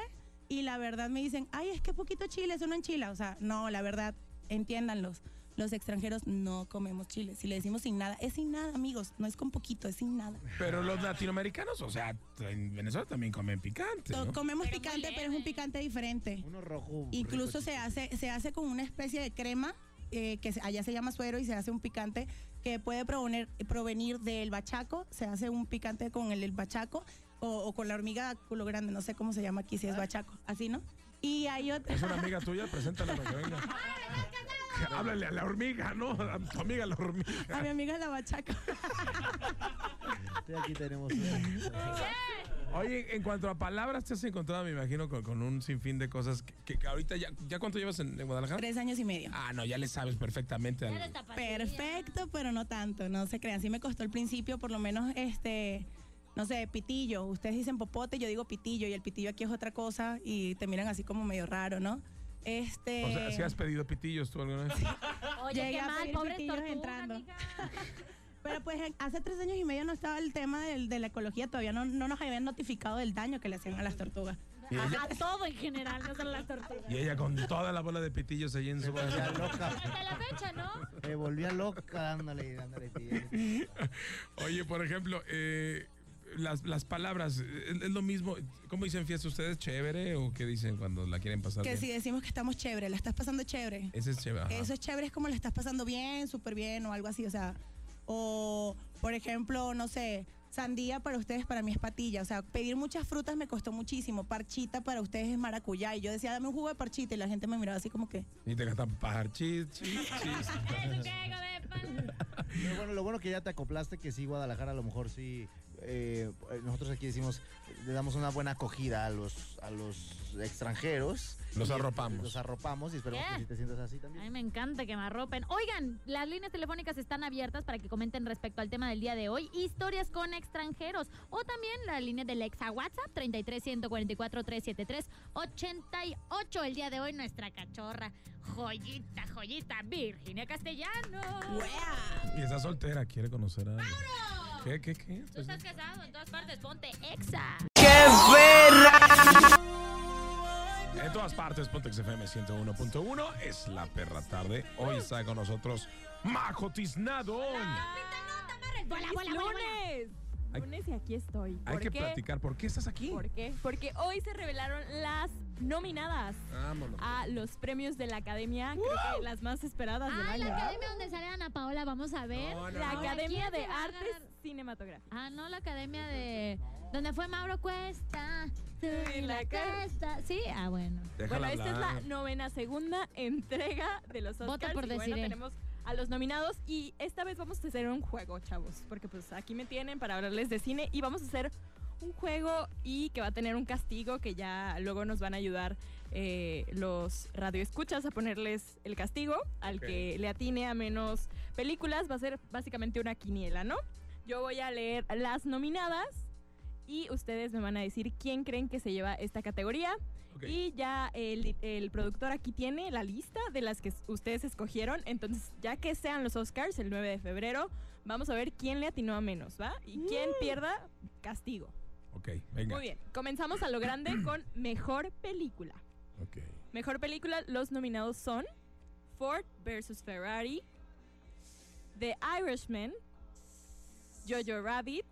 Speaker 6: y la verdad me dicen, ay, es que poquito chile, eso no en Chile. O sea, no, la verdad, entiéndanlos. Los extranjeros no comemos chile. Si le decimos sin nada, es sin nada, amigos. No es con poquito, es sin nada.
Speaker 1: Pero los
Speaker 6: Ah.
Speaker 1: latinoamericanos, o sea, en Venezuela también comen picante,
Speaker 6: To-
Speaker 1: ¿no?
Speaker 6: Comemos
Speaker 5: Pero muy
Speaker 6: picante, pero es
Speaker 5: leve.
Speaker 6: un picante diferente.
Speaker 2: Uno rojo.
Speaker 6: Incluso se hace, se hace con una especie de crema eh, que se- allá se llama suero y se hace un picante que puede provener- provenir del bachaco. Se hace un picante con el, el bachaco o, o con la hormiga culo grande, no sé cómo se llama aquí, si es bachaco, así, ¿no? Y hay otra.
Speaker 1: Es una amiga tuya, preséntala para que venga. Háblale a la hormiga, ¿no? A tu amiga la
Speaker 6: A mi
Speaker 1: hormiga.
Speaker 6: amiga la bachaco.
Speaker 1: ¿Ah?
Speaker 2: Aquí tenemos una.
Speaker 1: Oye, en cuanto a palabras, te has encontrado, me imagino, con, con un sinfín de cosas que, que- que ahorita ya, ¿ya cuánto llevas en, en Guadalajara?
Speaker 6: Tres años y medio.
Speaker 1: Ah, no, ya le sabes perfectamente. al-
Speaker 5: Ya de tapatía.
Speaker 6: Perfecto, pero no tanto, no se crean. Sí me costó al principio, por lo menos, este, no sé, pitillo. Ustedes dicen popote, yo digo pitillo, y el pitillo aquí es otra cosa, y te miran así como medio raro, ¿no? Este.
Speaker 1: O sea, si has pedido pitillos tú alguna vez?
Speaker 5: Oye,
Speaker 6: Llegué
Speaker 5: qué
Speaker 6: a
Speaker 5: mal,
Speaker 6: pedir
Speaker 5: pobre
Speaker 6: pitillos
Speaker 5: tortuga,
Speaker 6: entrando.
Speaker 5: mija.
Speaker 6: Pero pues en- hace tres años y medio no estaba el tema del- de la ecología, todavía no, no nos habían notificado del daño que le hacían a las tortugas.
Speaker 1: Y ella,
Speaker 5: A, a todo en general, no solo las tortugas.
Speaker 1: y ella con toda la bola de pitillos allí en su
Speaker 2: Ya loca.
Speaker 5: Hasta la fecha, ¿no?
Speaker 2: Me volvía loca dándole y dándole. y-
Speaker 1: Oye, por ejemplo, eh, las, las palabras, eh, ¿es, es lo mismo? ¿Cómo dicen fiesta ustedes? ¿Chévere o qué dicen cuando la quieren pasar
Speaker 6: Que
Speaker 1: bien?
Speaker 6: si decimos que estamos chévere, la estás pasando chévere.
Speaker 1: Ese es chévere. Eh, ajá.
Speaker 6: Eso es chévere, es como la estás pasando bien, súper bien o algo así, o sea. O, por ejemplo, no sé, sandía para ustedes, para mí es patilla. O sea, pedir muchas frutas me costó muchísimo. Parchita para ustedes es maracuyá. Y yo decía, dame un jugo de parchita. Y la gente me miraba así como que,
Speaker 1: Y te cantan parchis, chis, chis.
Speaker 5: Es un caigo de pan.
Speaker 2: Pero bueno, lo bueno que ya te acoplaste, que sí, Guadalajara, a lo mejor sí. eh, nosotros aquí decimos, le damos una buena acogida a los, a los extranjeros.
Speaker 1: Los
Speaker 2: Y-
Speaker 1: arropamos.
Speaker 2: Los arropamos y esperemos
Speaker 5: ¿Qué?
Speaker 2: que sí te sientas así
Speaker 5: A
Speaker 2: también.
Speaker 5: mí me encanta que me arropen. Oigan, las líneas telefónicas están abiertas para que comenten respecto al tema del día de hoy, historias con extranjeros. O también la línea del exa WhatsApp, 33 144 373 88. El día de hoy, nuestra cachorra, joyita, joyita, Virginia Castellano.
Speaker 1: Y está soltera, quiere conocer a alguien. ¿Qué, qué, qué? Pues,
Speaker 5: Tú estás casado en todas partes, ponte exa.
Speaker 1: En todas partes, Pontex FM 101.1 es la perra tarde.
Speaker 7: Uh.
Speaker 1: Hoy está con nosotros Majo Tiznadón.
Speaker 5: Bola, bola, bola, bola.
Speaker 7: lunes.
Speaker 1: Hay-
Speaker 7: Lunes y aquí estoy.
Speaker 1: Hay
Speaker 7: ¿Por
Speaker 1: que
Speaker 7: qué?
Speaker 1: platicar, ¿por qué estás aquí?
Speaker 7: ¿Por qué? Porque hoy se revelaron las nominadas
Speaker 1: Vámonos.
Speaker 7: a los premios de la Academia, creo que las más esperadas del
Speaker 5: Ay,
Speaker 7: año.
Speaker 5: Ah, la academia donde sale Ana Paola, vamos a ver.
Speaker 1: No,
Speaker 7: La
Speaker 1: no, no.
Speaker 5: Ahora,
Speaker 7: Academia
Speaker 5: ¿quién
Speaker 7: de
Speaker 5: se va a
Speaker 7: Artes
Speaker 5: ganar?
Speaker 7: Cinematográficas.
Speaker 5: Ah, no, la academia de. Donde fue Mauro Cuesta.
Speaker 7: Sí,
Speaker 5: Sí,
Speaker 7: la
Speaker 5: la
Speaker 7: ca-
Speaker 5: cuesta. Sí, ah, bueno.
Speaker 7: Bueno,
Speaker 1: Déjala
Speaker 7: esta es la
Speaker 1: hablar.
Speaker 7: novena segunda entrega de los
Speaker 5: Voto
Speaker 7: Oscars.
Speaker 5: por
Speaker 7: y bueno,
Speaker 5: Desiree.
Speaker 7: tenemos a los nominados y esta vez vamos a hacer un juego, chavos, porque pues aquí me tienen para hablarles de cine y vamos a hacer un juego y que va a tener un castigo que ya luego nos van a ayudar eh, los radioescuchas a ponerles el castigo al que le atine a menos películas. Va a ser básicamente una quiniela, ¿no? Yo voy a leer las nominadas y ustedes me van a decir quién creen que se lleva esta categoría.
Speaker 1: Ok.
Speaker 7: Y ya el, el productor aquí tiene la lista de las que ustedes escogieron. Entonces, ya que sean los Oscars el 9 de febrero, vamos a ver quién le atinó a menos, ¿va? Y quién pierda, castigo.
Speaker 1: Ok, Mm. venga.
Speaker 7: Muy bien, comenzamos a lo grande con mejor película.
Speaker 1: Ok.
Speaker 7: Mejor película, los nominados son Ford vs. Ferrari, The Irishman, Jojo Rabbit,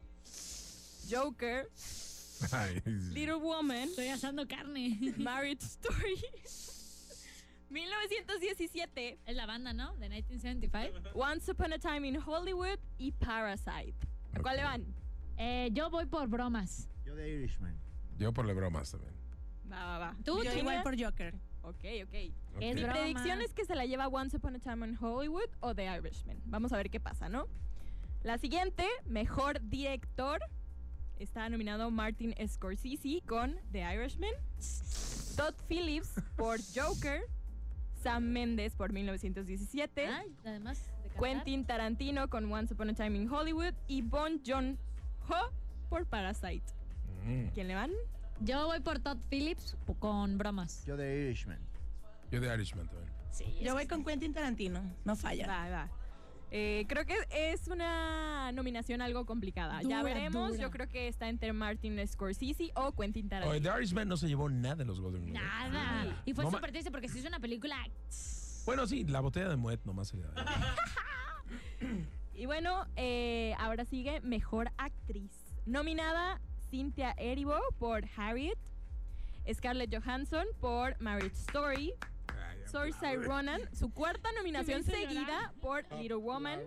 Speaker 7: Joker,
Speaker 1: Ay,
Speaker 7: Little Woman,
Speaker 3: Estoy asando carne.
Speaker 7: Marriage Story, 1917,
Speaker 3: Es la banda, ¿no? De 1975.
Speaker 7: Once Upon a Time in Hollywood y Parasite. ¿A cuál le van?
Speaker 3: Eh, yo voy por bromas.
Speaker 2: Yo de Irishman.
Speaker 1: Yo por las bromas también.
Speaker 7: Va, va, va.
Speaker 3: Tú,
Speaker 6: Yo igual por Joker.
Speaker 7: Ok, ok.
Speaker 3: Es
Speaker 7: Mi
Speaker 3: broma.
Speaker 7: predicción es que se la lleva Once Upon a Time in Hollywood o The Irishman. Vamos a ver qué pasa, ¿no? La siguiente, mejor director, está nominado Martin Scorsese con The Irishman, Todd Phillips por Joker, Sam Mendes por 1917,
Speaker 3: Ay, además de cantar.
Speaker 7: Quentin Tarantino con Once Upon a Time in Hollywood y Bon John Ho por Parasite.
Speaker 1: Mm.
Speaker 7: ¿Quién le van?
Speaker 3: Yo voy por Todd Phillips p- con bromas.
Speaker 2: Yo de Irishman.
Speaker 1: Yo de Irishman también.
Speaker 3: Sí,
Speaker 6: Yo voy con Quentin Tarantino, no falla.
Speaker 7: Va, va. Eh, creo que es una nominación algo complicada. ya
Speaker 3: Dura,
Speaker 7: veremos.
Speaker 3: dura.
Speaker 7: Yo creo que está entre Martin Scorsese o Quentin
Speaker 1: Oye,
Speaker 7: Tarantino.
Speaker 1: The Irishman no se llevó nada en los Golden Globes. Ah.
Speaker 3: Nada.
Speaker 7: Ah.
Speaker 3: Y fue
Speaker 1: No ma-
Speaker 3: súper triste porque se hizo una película.
Speaker 1: Bueno, sí, la botella de Moet nomás se le da.
Speaker 7: Y bueno, eh, ahora sigue Mejor Actriz. Nominada Cynthia Erivo por Harriet, Scarlett Johansson por Marriage Story, Saoirse Ronan, su cuarta nominación
Speaker 3: hizo llorar.
Speaker 7: seguida por Little Woman,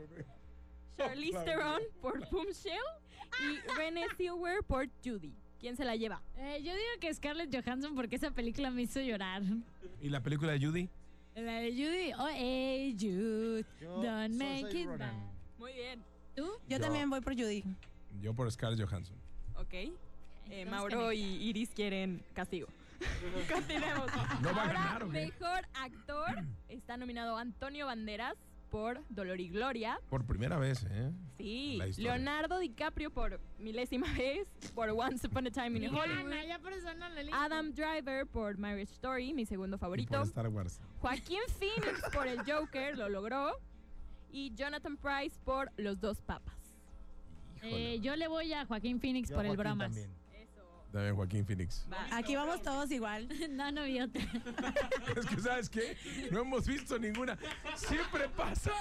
Speaker 7: Charlize Theron por Boomshell y Renée Zellweger por Judy. ¿Quién se la lleva?
Speaker 3: Eh, yo digo que Scarlett Johansson porque esa película me hizo llorar.
Speaker 1: ¿Y la película de Judy?
Speaker 3: La de Judy. Oh, hey, Jude.
Speaker 2: Yo,
Speaker 3: Don't
Speaker 2: Saoirse
Speaker 3: make it
Speaker 2: Ronan.
Speaker 3: bad.
Speaker 7: Muy bien.
Speaker 3: ¿Tú?
Speaker 6: Yo también voy por Judy.
Speaker 1: Yo por Scarlett Johansson.
Speaker 7: Ok. Eh,
Speaker 3: Entonces,
Speaker 7: Mauro y
Speaker 3: Canela.
Speaker 7: Iris quieren castigo. Continuemos.
Speaker 1: ¿No va a
Speaker 7: Ahora,
Speaker 1: ganar o qué?
Speaker 7: mejor actor está nominado Antonio Banderas por Dolor y Gloria.
Speaker 1: Por primera vez, ¿eh?
Speaker 7: Sí.
Speaker 1: La historia.
Speaker 7: Leonardo DiCaprio por milésima vez por Once Upon a Time in Hollywood.
Speaker 3: Ana, ya por eso no la elijo.
Speaker 7: Adam Driver por Marriage Story, mi segundo
Speaker 1: Y
Speaker 7: favorito.
Speaker 1: por Star Wars.
Speaker 7: Joaquín Phoenix por El Joker, lo logró. Y Jonathan Price por Los Dos Papas.
Speaker 3: Eh, yo le voy a Joaquín Phoenix
Speaker 2: Yo a
Speaker 3: por el
Speaker 2: Joaquín
Speaker 3: bromas.
Speaker 2: también.
Speaker 7: Eso.
Speaker 1: También Joaquín Phoenix.
Speaker 7: Va.
Speaker 6: Aquí vamos todos igual.
Speaker 3: no, no vi otra.
Speaker 1: Es que, ¿sabes qué? No hemos visto ninguna. Siempre pasa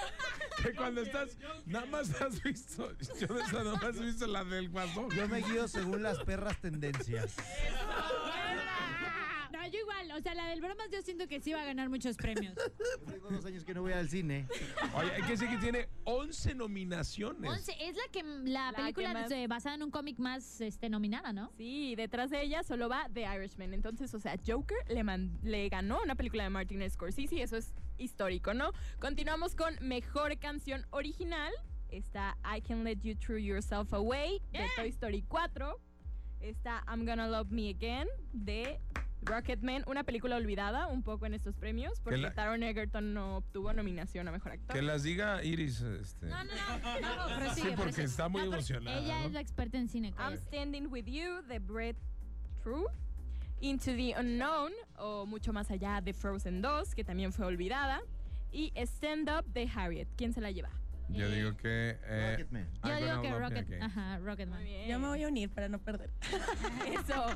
Speaker 1: que cuando estás. Nada más has visto. Yo de esa nada más he visto la del guasón.
Speaker 2: Yo me guío según las perras tendencias.
Speaker 3: No, yo igual. O sea, la del bromas yo siento que sí va a ganar muchos premios.
Speaker 2: Tengo dos años que no voy al cine.
Speaker 1: Oye, hay que decir que tiene 11 nominaciones.
Speaker 3: 11. Es la que
Speaker 7: La
Speaker 3: la,
Speaker 7: que
Speaker 3: película
Speaker 7: más-
Speaker 3: eh, basada en un cómic más este, nominada, ¿no?
Speaker 7: Sí, y detrás de ella solo va The Irishman. Entonces, o sea, Joker le, man- le ganó una película de Martin Scorsese, eso es histórico, ¿no? Continuamos con mejor canción original. Está I Can Let You Throw Yourself Away de Toy Story 4. Está I'm Gonna Love Me Again de Rocketman, una película olvidada un poco en estos premios porque
Speaker 1: Que la-
Speaker 7: Taron Egerton no obtuvo nominación a mejor actor.
Speaker 1: Que las diga Iris. Este.
Speaker 3: No, no, no. no
Speaker 1: Sí,
Speaker 3: prosigue,
Speaker 1: porque
Speaker 3: prosigue.
Speaker 1: está muy
Speaker 3: No, porque
Speaker 1: emocionada,
Speaker 3: Ella
Speaker 1: ¿no?
Speaker 3: es la experta en cine.
Speaker 7: I'm Standing With You de Brett True, Into the Unknown o mucho más allá de Frozen 2, que también fue olvidada, y Stand Up de Harriet. ¿Quién se la lleva?
Speaker 3: Yo digo
Speaker 1: que. eh,
Speaker 2: Rocketman.
Speaker 3: Yo digo que
Speaker 1: Rocketman.
Speaker 3: Rocket, ajá, Rocketman.
Speaker 6: Yo me voy a unir para no perder.
Speaker 7: Eso.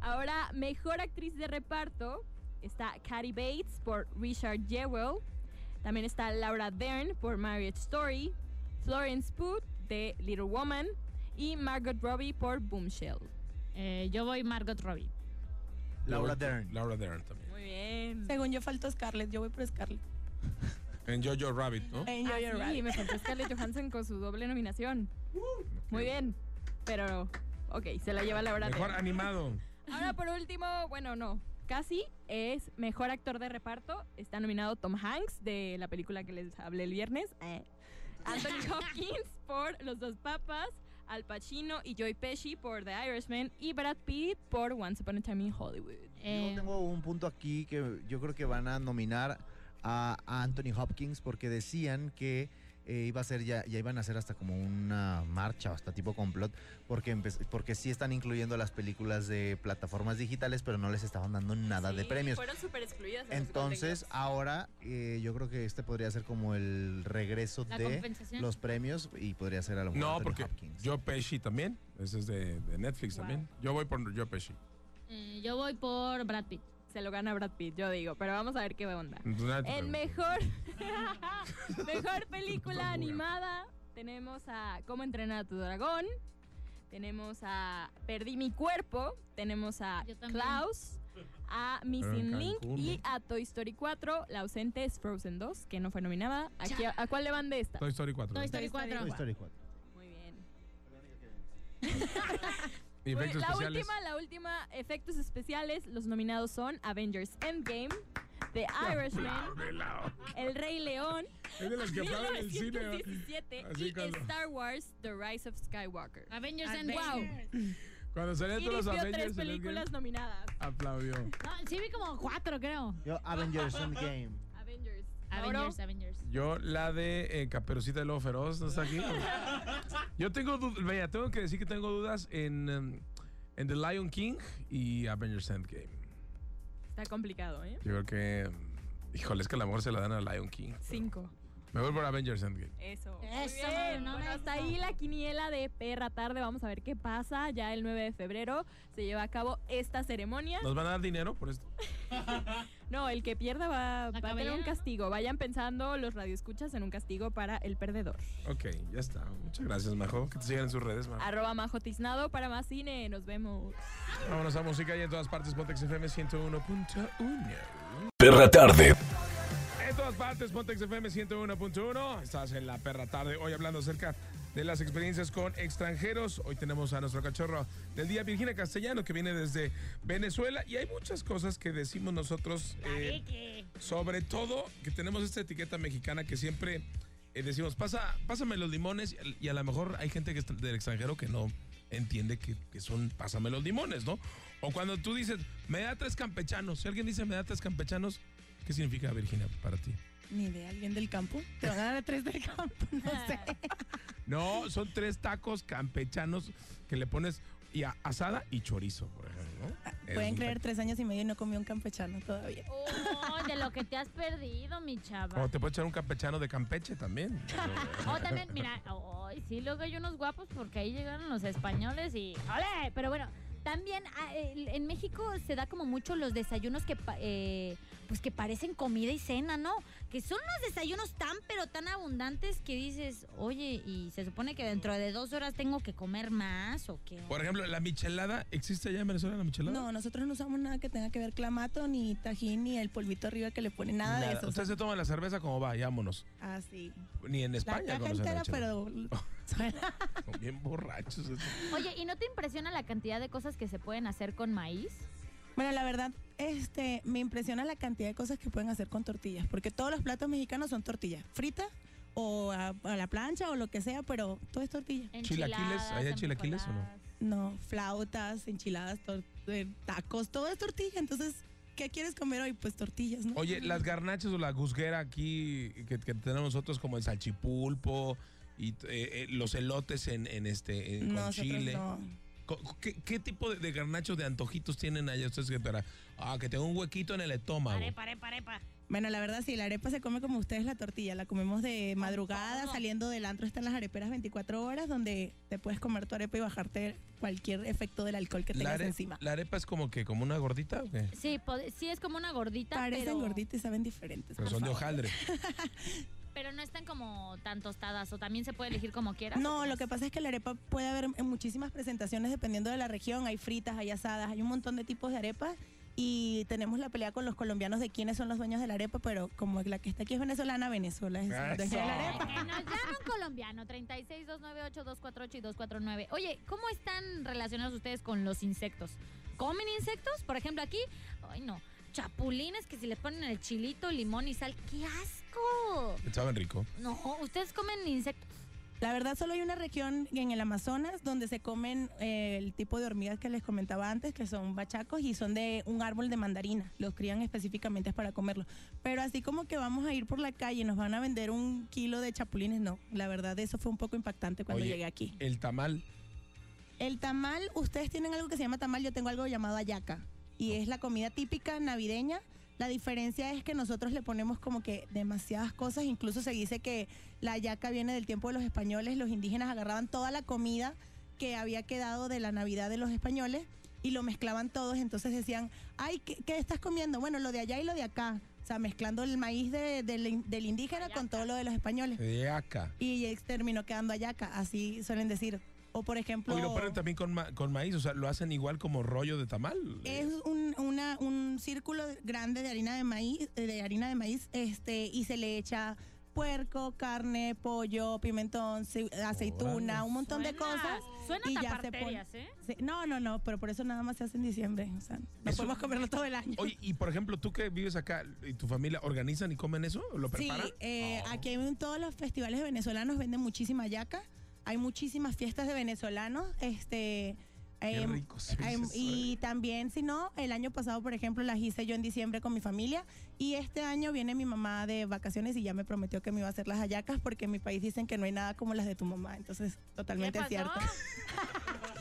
Speaker 7: Ahora, mejor actriz de reparto está Carrie Bates por Richard Jewell. También está Laura Dern por Marriage Story, Florence Pugh de Little Woman y Margot Robbie por Boomshell.
Speaker 3: Eh, yo voy Margot Robbie.
Speaker 2: Laura Dern.
Speaker 1: Laura Dern también.
Speaker 7: Muy bien.
Speaker 6: Según yo faltó Scarlett, yo voy por Scarlett.
Speaker 1: En Jojo Rabbit, ¿no?
Speaker 6: En Jojo
Speaker 7: Ah, sí,
Speaker 6: Rabbit.
Speaker 7: me faltó Scarlett Johansson con su doble nominación. Muy bien. Pero, ok, se la lleva Laura
Speaker 1: Mejor
Speaker 7: Dern.
Speaker 1: animado.
Speaker 7: Ahora, por último, bueno, no. Casi es mejor actor de reparto. Está nominado Tom Hanks de la película que les hablé el viernes. Eh. Anthony Hopkins por Los Dos Papas. Al Pacino y Joy Pesci por The Irishman y Brad Pitt por Once Upon a Time in Hollywood.
Speaker 5: Eh,
Speaker 2: Yo tengo un punto aquí que yo creo que van a nominar a a Anthony Hopkins porque decían que eh, iba a ser ya, ya iban a hacer hasta como una marcha, hasta tipo complot, porque empe- porque sí están incluyendo las películas de plataformas digitales, pero no les estaban dando nada de
Speaker 7: Sí,
Speaker 2: premios.
Speaker 7: Fueron súper excluidas. en los
Speaker 2: Entonces,
Speaker 7: Golden Globes.
Speaker 2: ahora eh, yo creo que este podría ser como el regreso
Speaker 5: la
Speaker 2: de
Speaker 5: compensación.
Speaker 2: los premios y podría ser a lo mejor
Speaker 1: No,
Speaker 2: Anthony
Speaker 1: porque
Speaker 2: Hopkins.
Speaker 1: Joe Pesci también. Ese es de, de Netflix
Speaker 7: Wow.
Speaker 1: también. Yo voy por Joe Pesci.
Speaker 5: Eh, yo voy por Brad Pitt.
Speaker 7: se lo gana Brad Pitt, yo digo, pero vamos a ver qué onda.
Speaker 1: Entonces, nadie te
Speaker 7: En
Speaker 1: preguntó.
Speaker 7: mejor, mejor película
Speaker 1: Vamos.
Speaker 7: animada tenemos a Cómo entrenar a tu dragón, tenemos a Perdí mi cuerpo, tenemos a
Speaker 5: Yo también.
Speaker 7: Klaus, a
Speaker 1: Pero
Speaker 7: Missing
Speaker 1: Ah, en
Speaker 7: Link
Speaker 1: Cancún, ¿eh?
Speaker 7: y
Speaker 1: ¿no?
Speaker 7: a Toy Story 4, la ausente es Frozen 2, que no fue nominada. Aquí, ¿A a cuál le van de esta?
Speaker 1: Toy Story 4.
Speaker 5: Toy Story
Speaker 7: Story
Speaker 5: 4.
Speaker 2: Toy Story 4.
Speaker 7: Muy bien.
Speaker 1: Y
Speaker 7: Muy-
Speaker 1: efectos
Speaker 7: la
Speaker 1: especiales.
Speaker 7: última, la última, efectos especiales, los nominados son Avengers Endgame, The Irishman,
Speaker 1: Pelao.
Speaker 7: El Rey León,
Speaker 1: Es de las que aplauden en el cine. ¿no?
Speaker 7: 1917
Speaker 1: Así
Speaker 7: y
Speaker 1: cuando-
Speaker 7: Star Wars The Rise of Skywalker.
Speaker 5: Avengers
Speaker 6: Avengers.
Speaker 5: Endgame. Wow.
Speaker 1: Cuando salían
Speaker 7: Y
Speaker 1: todos los
Speaker 7: vio
Speaker 1: Avengers.
Speaker 7: tres
Speaker 1: en el
Speaker 7: películas nominadas.
Speaker 1: game, Aplaudió.
Speaker 5: No, sí vi como cuatro, creo.
Speaker 2: Yo Avengers Endgame.
Speaker 7: Avengers.
Speaker 5: Avengers, Avengers.
Speaker 1: Yo la de eh, Caperucita del Lobo Feroz, ¿no está aquí? Yo tengo dudas, vaya, tengo que decir que tengo dudas en, em, en The Lion King y Avengers Endgame.
Speaker 7: Está complicado, ¿eh?
Speaker 1: Yo creo que, em, híjole, es que el amor se la dan a Lion King.
Speaker 7: Cinco.
Speaker 1: Me voy por Avengers Endgame.
Speaker 7: Eso. Muy
Speaker 5: Eso,
Speaker 7: bien.
Speaker 5: no me
Speaker 7: Bueno, hasta
Speaker 5: gustó.
Speaker 7: ahí la quiniela de perra tarde. Vamos a ver qué pasa. Ya el 9 de febrero se lleva a cabo esta ceremonia.
Speaker 1: ¿Nos van a dar dinero por esto?
Speaker 7: No, el que pierda va,
Speaker 5: La
Speaker 7: va a tener
Speaker 5: cabellera,
Speaker 7: un
Speaker 5: ¿no?
Speaker 7: castigo. Vayan pensando los radioescuchas en un castigo para el perdedor.
Speaker 1: Ok, ya está. Muchas gracias, Majo. Que te sigan en sus redes, Majo.
Speaker 7: Arroba Majo Tiznado para más cine. Nos vemos.
Speaker 1: Vámonos a música y en todas partes, Pontex FM 101.1.
Speaker 4: Perra tarde.
Speaker 1: En todas partes, Pontex FM 101.1. Estás en la perra tarde. Hoy hablando acerca de las experiencias con extranjeros. Hoy tenemos a nuestro cachorro del día, Virginia Castellano, que viene desde Venezuela. Y hay muchas cosas que decimos nosotros. eh, sobre todo que tenemos esta etiqueta mexicana que siempre eh, decimos, Pasa, pásame los limones. y al- Y a lo mejor hay gente que está del extranjero que no entiende que, que son pásame los limones, ¿no? O cuando tú dices, me da tres campechanos. Si alguien dice, me da tres campechanos. ¿Qué significa Virginia para ti?
Speaker 6: Ni de alguien del campo. Te van a dar tres del campo, no sé.
Speaker 1: No, son tres tacos campechanos que le pones y a- asada y chorizo, por ejemplo. ¿no? Es
Speaker 6: Ah, Pueden
Speaker 1: un
Speaker 6: creer
Speaker 1: taco.
Speaker 6: tres años y medio y no comió un campechano todavía.
Speaker 5: Oh, de lo que te has perdido, mi chava.
Speaker 1: O te puedes echar un campechano de Campeche también.
Speaker 5: O también, mira, oh, ay, sí, luego hay unos guapos porque ahí llegaron los españoles y ¡ole! Pero bueno, también ah, el- en México se da como mucho los desayunos que, pa- eh, pues que parecen comida y cena, ¿no? Que son unos desayunos tan, pero tan abundantes que dices, oye, y se supone que dentro de dos horas tengo que comer más o qué.
Speaker 1: Por ejemplo, la michelada, ¿existe allá en Venezuela la michelada?
Speaker 6: No, nosotros no usamos nada que tenga que ver clamato, ni tajín, ni el polvito arriba que le pone nada, de eso.
Speaker 1: Ustedes se toman la cerveza como va, vámonos.
Speaker 6: Así.
Speaker 1: Ni en
Speaker 6: La
Speaker 1: España
Speaker 6: caja
Speaker 1: conocen la
Speaker 6: entera,
Speaker 1: michelada.
Speaker 6: pero suena
Speaker 1: Son bien borrachos.
Speaker 5: Oye, ¿y no te impresiona la cantidad de cosas que se pueden hacer con maíz?
Speaker 6: Bueno, la verdad, este, me impresiona la cantidad de cosas que pueden hacer con tortillas, porque todos los platos mexicanos son tortillas, fritas o a, a la plancha o lo que sea, pero todo es tortilla.
Speaker 1: Chilaquiles,
Speaker 5: Enchiladas,
Speaker 1: ¿allá hay chilaquiles o no?
Speaker 5: empanadas.
Speaker 6: No, flautas, enchiladas, tor- eh, tacos, todo es tortilla. Entonces, ¿qué quieres comer hoy? Pues tortillas, ¿no?
Speaker 1: Oye, las garnachas o la guzguera aquí que, que tenemos nosotros como el salchipulpo y eh, eh, los elotes en, en este en- con
Speaker 6: Nosotros
Speaker 1: chile.
Speaker 6: no.
Speaker 1: Co- ¿Qué, qué tipo de, de garnachos, de antojitos tienen allá ustedes que para ah que tengo un huequito en el estómago?
Speaker 5: Arepa, arepa, arepa.
Speaker 6: Bueno, la verdad sí, la arepa se come como ustedes la tortilla, la comemos de madrugada,
Speaker 5: todo.
Speaker 6: saliendo del antro están las areperas 24 horas donde te puedes comer tu arepa y bajarte cualquier efecto del alcohol que
Speaker 1: la,
Speaker 6: tengas
Speaker 1: are-
Speaker 6: encima.
Speaker 1: la arepa es como que como una gordita, ¿o qué?
Speaker 5: Sí, pod- sí es como una gordita,
Speaker 6: Parecen
Speaker 5: pero...
Speaker 6: gorditas y saben diferentes.
Speaker 1: Pero
Speaker 6: por
Speaker 1: son de
Speaker 6: favor.
Speaker 1: hojaldre.
Speaker 5: Pero no están como tan tostadas o también se puede elegir como quieras.
Speaker 6: No, lo que pasa es que la arepa puede haber en muchísimas presentaciones dependiendo de la región. Hay fritas, hay asadas, hay un montón de tipos de arepas. Y tenemos la pelea con los colombianos de quiénes son los dueños de la arepa, pero como la que está aquí es venezolana, Venezuela es dueña de la
Speaker 5: Ay,
Speaker 6: arepa.
Speaker 5: que nos llaman colombiano 36298248 y 249. Oye, ¿cómo están relacionados ustedes con los insectos? ¿Comen insectos? Por ejemplo, aquí, ay no, chapulines que si les ponen el chilito, limón y sal, ¡qué asco!
Speaker 1: Saben rico.
Speaker 5: No, ¿ustedes comen insectos?
Speaker 6: La verdad, solo hay una región en el Amazonas donde se comen eh, el tipo de hormigas que les comentaba antes, que son bachacos y son de un árbol de mandarina. Los crían específicamente para comerlos. Pero así como que vamos a ir por la calle y nos van a vender un kilo de chapulines, no. La verdad, eso fue un poco impactante cuando
Speaker 1: Oye.
Speaker 6: llegué aquí.
Speaker 1: El tamal.
Speaker 6: El tamal, ustedes tienen algo que se llama tamal, yo tengo algo llamado ayaca. Y es la comida típica navideña. La diferencia es que nosotros le ponemos como que demasiadas cosas. Incluso se dice que la ayaca viene del tiempo de los españoles. Los indígenas agarraban toda la comida que había quedado de la Navidad de los españoles y lo mezclaban todos. Entonces decían, ay, ¿qué, qué estás comiendo? Bueno, lo de allá y lo de acá. O sea, mezclando el maíz de- del in- del indígena con todo lo de los españoles.
Speaker 1: De acá.
Speaker 6: Y eh, terminó quedando ayaca, así suelen decir. O por ejemplo...
Speaker 1: Oye, lo ponen también con, ma- con maíz, o sea, lo hacen igual como rollo de tamal.
Speaker 6: Es un, una- un círculo grande de harina de maíz, de harina de maíz, este, y se le echa puerco, carne, pollo, pimentón, ce- aceituna, un montón de
Speaker 5: Suena-
Speaker 6: cosas.
Speaker 5: Suena
Speaker 6: y ya se
Speaker 5: taparterias, ¿eh?
Speaker 6: Sí, No, no, no, pero por eso nada más se hace en diciembre. O sea, no
Speaker 1: Eso-
Speaker 6: podemos comerlo todo el año.
Speaker 1: Oye, y por ejemplo, tú que vives acá y tu familia organizan y comen eso, lo
Speaker 6: Sí,
Speaker 1: preparan.
Speaker 6: eh, aquí en todos los festivales venezolanos venden muchísima yaca. Hay muchísimas fiestas de venezolanos. Este,
Speaker 1: Qué
Speaker 6: em,
Speaker 1: rico se oye
Speaker 6: em,
Speaker 1: eso,
Speaker 6: y también, si no, el año pasado, por ejemplo, las hice yo en diciembre con mi familia. Y este año viene mi mamá de vacaciones y ya me prometió que me iba a hacer las hallacas porque en mi país dicen que no hay nada como las de tu mamá. Entonces,
Speaker 5: ¿Qué
Speaker 6: totalmente
Speaker 5: pasó?
Speaker 6: cierto.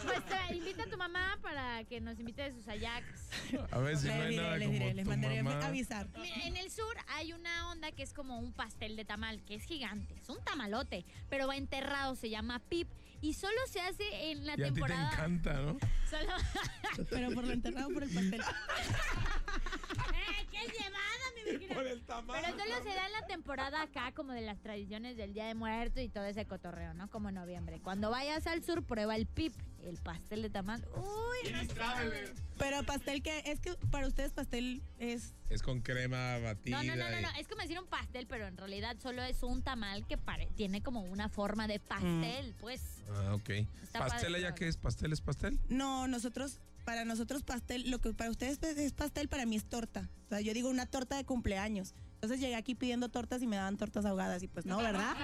Speaker 5: Pues te invita a tu mamá para que nos invite de sus ayacas.
Speaker 1: A ver si no
Speaker 6: les
Speaker 1: hay
Speaker 6: diré,
Speaker 1: nada
Speaker 6: les
Speaker 1: como
Speaker 6: diré, les
Speaker 1: tu
Speaker 6: mandaré
Speaker 1: mamá.
Speaker 6: avisar.
Speaker 5: En el sur hay una onda que es como un pastel de tamal, que es gigante, es un tamalote, pero va enterrado, se llama pip y solo se hace en la
Speaker 1: Y a ti te
Speaker 5: temporada.
Speaker 1: encanta, ¿no?
Speaker 5: Solo...
Speaker 6: Pero por lo enterrado, por el pastel.
Speaker 5: ¡Eh, qué llevada, mi Virginia!
Speaker 1: el tamal.
Speaker 5: Pero solo se da en la temporada acá, como de las tradiciones del Día de Muerto y todo ese cotorreo, ¿no? Como en noviembre. Cuando vayas al sur, prueba el pip, el pastel de tamal. ¡Uy! no sabes.
Speaker 6: Pero pastel que es que para ustedes pastel es
Speaker 1: Es con crema batida.
Speaker 5: No, no, no, no,
Speaker 1: y-
Speaker 5: no, es como decir un pastel, pero en realidad solo es un tamal que pare- tiene como una forma de pastel, pues.
Speaker 1: Ah, ok.
Speaker 5: Está
Speaker 1: ¿Pastel
Speaker 5: padre,
Speaker 1: allá
Speaker 5: está
Speaker 1: qué es? ¿Pastel es pastel?
Speaker 6: No, nosotros, para nosotros pastel, lo que para ustedes es- es pastel, para mí es torta. O sea, yo digo una torta de cumpleaños. Entonces llegué aquí pidiendo tortas y me daban tortas ahogadas y pues no, ¿verdad?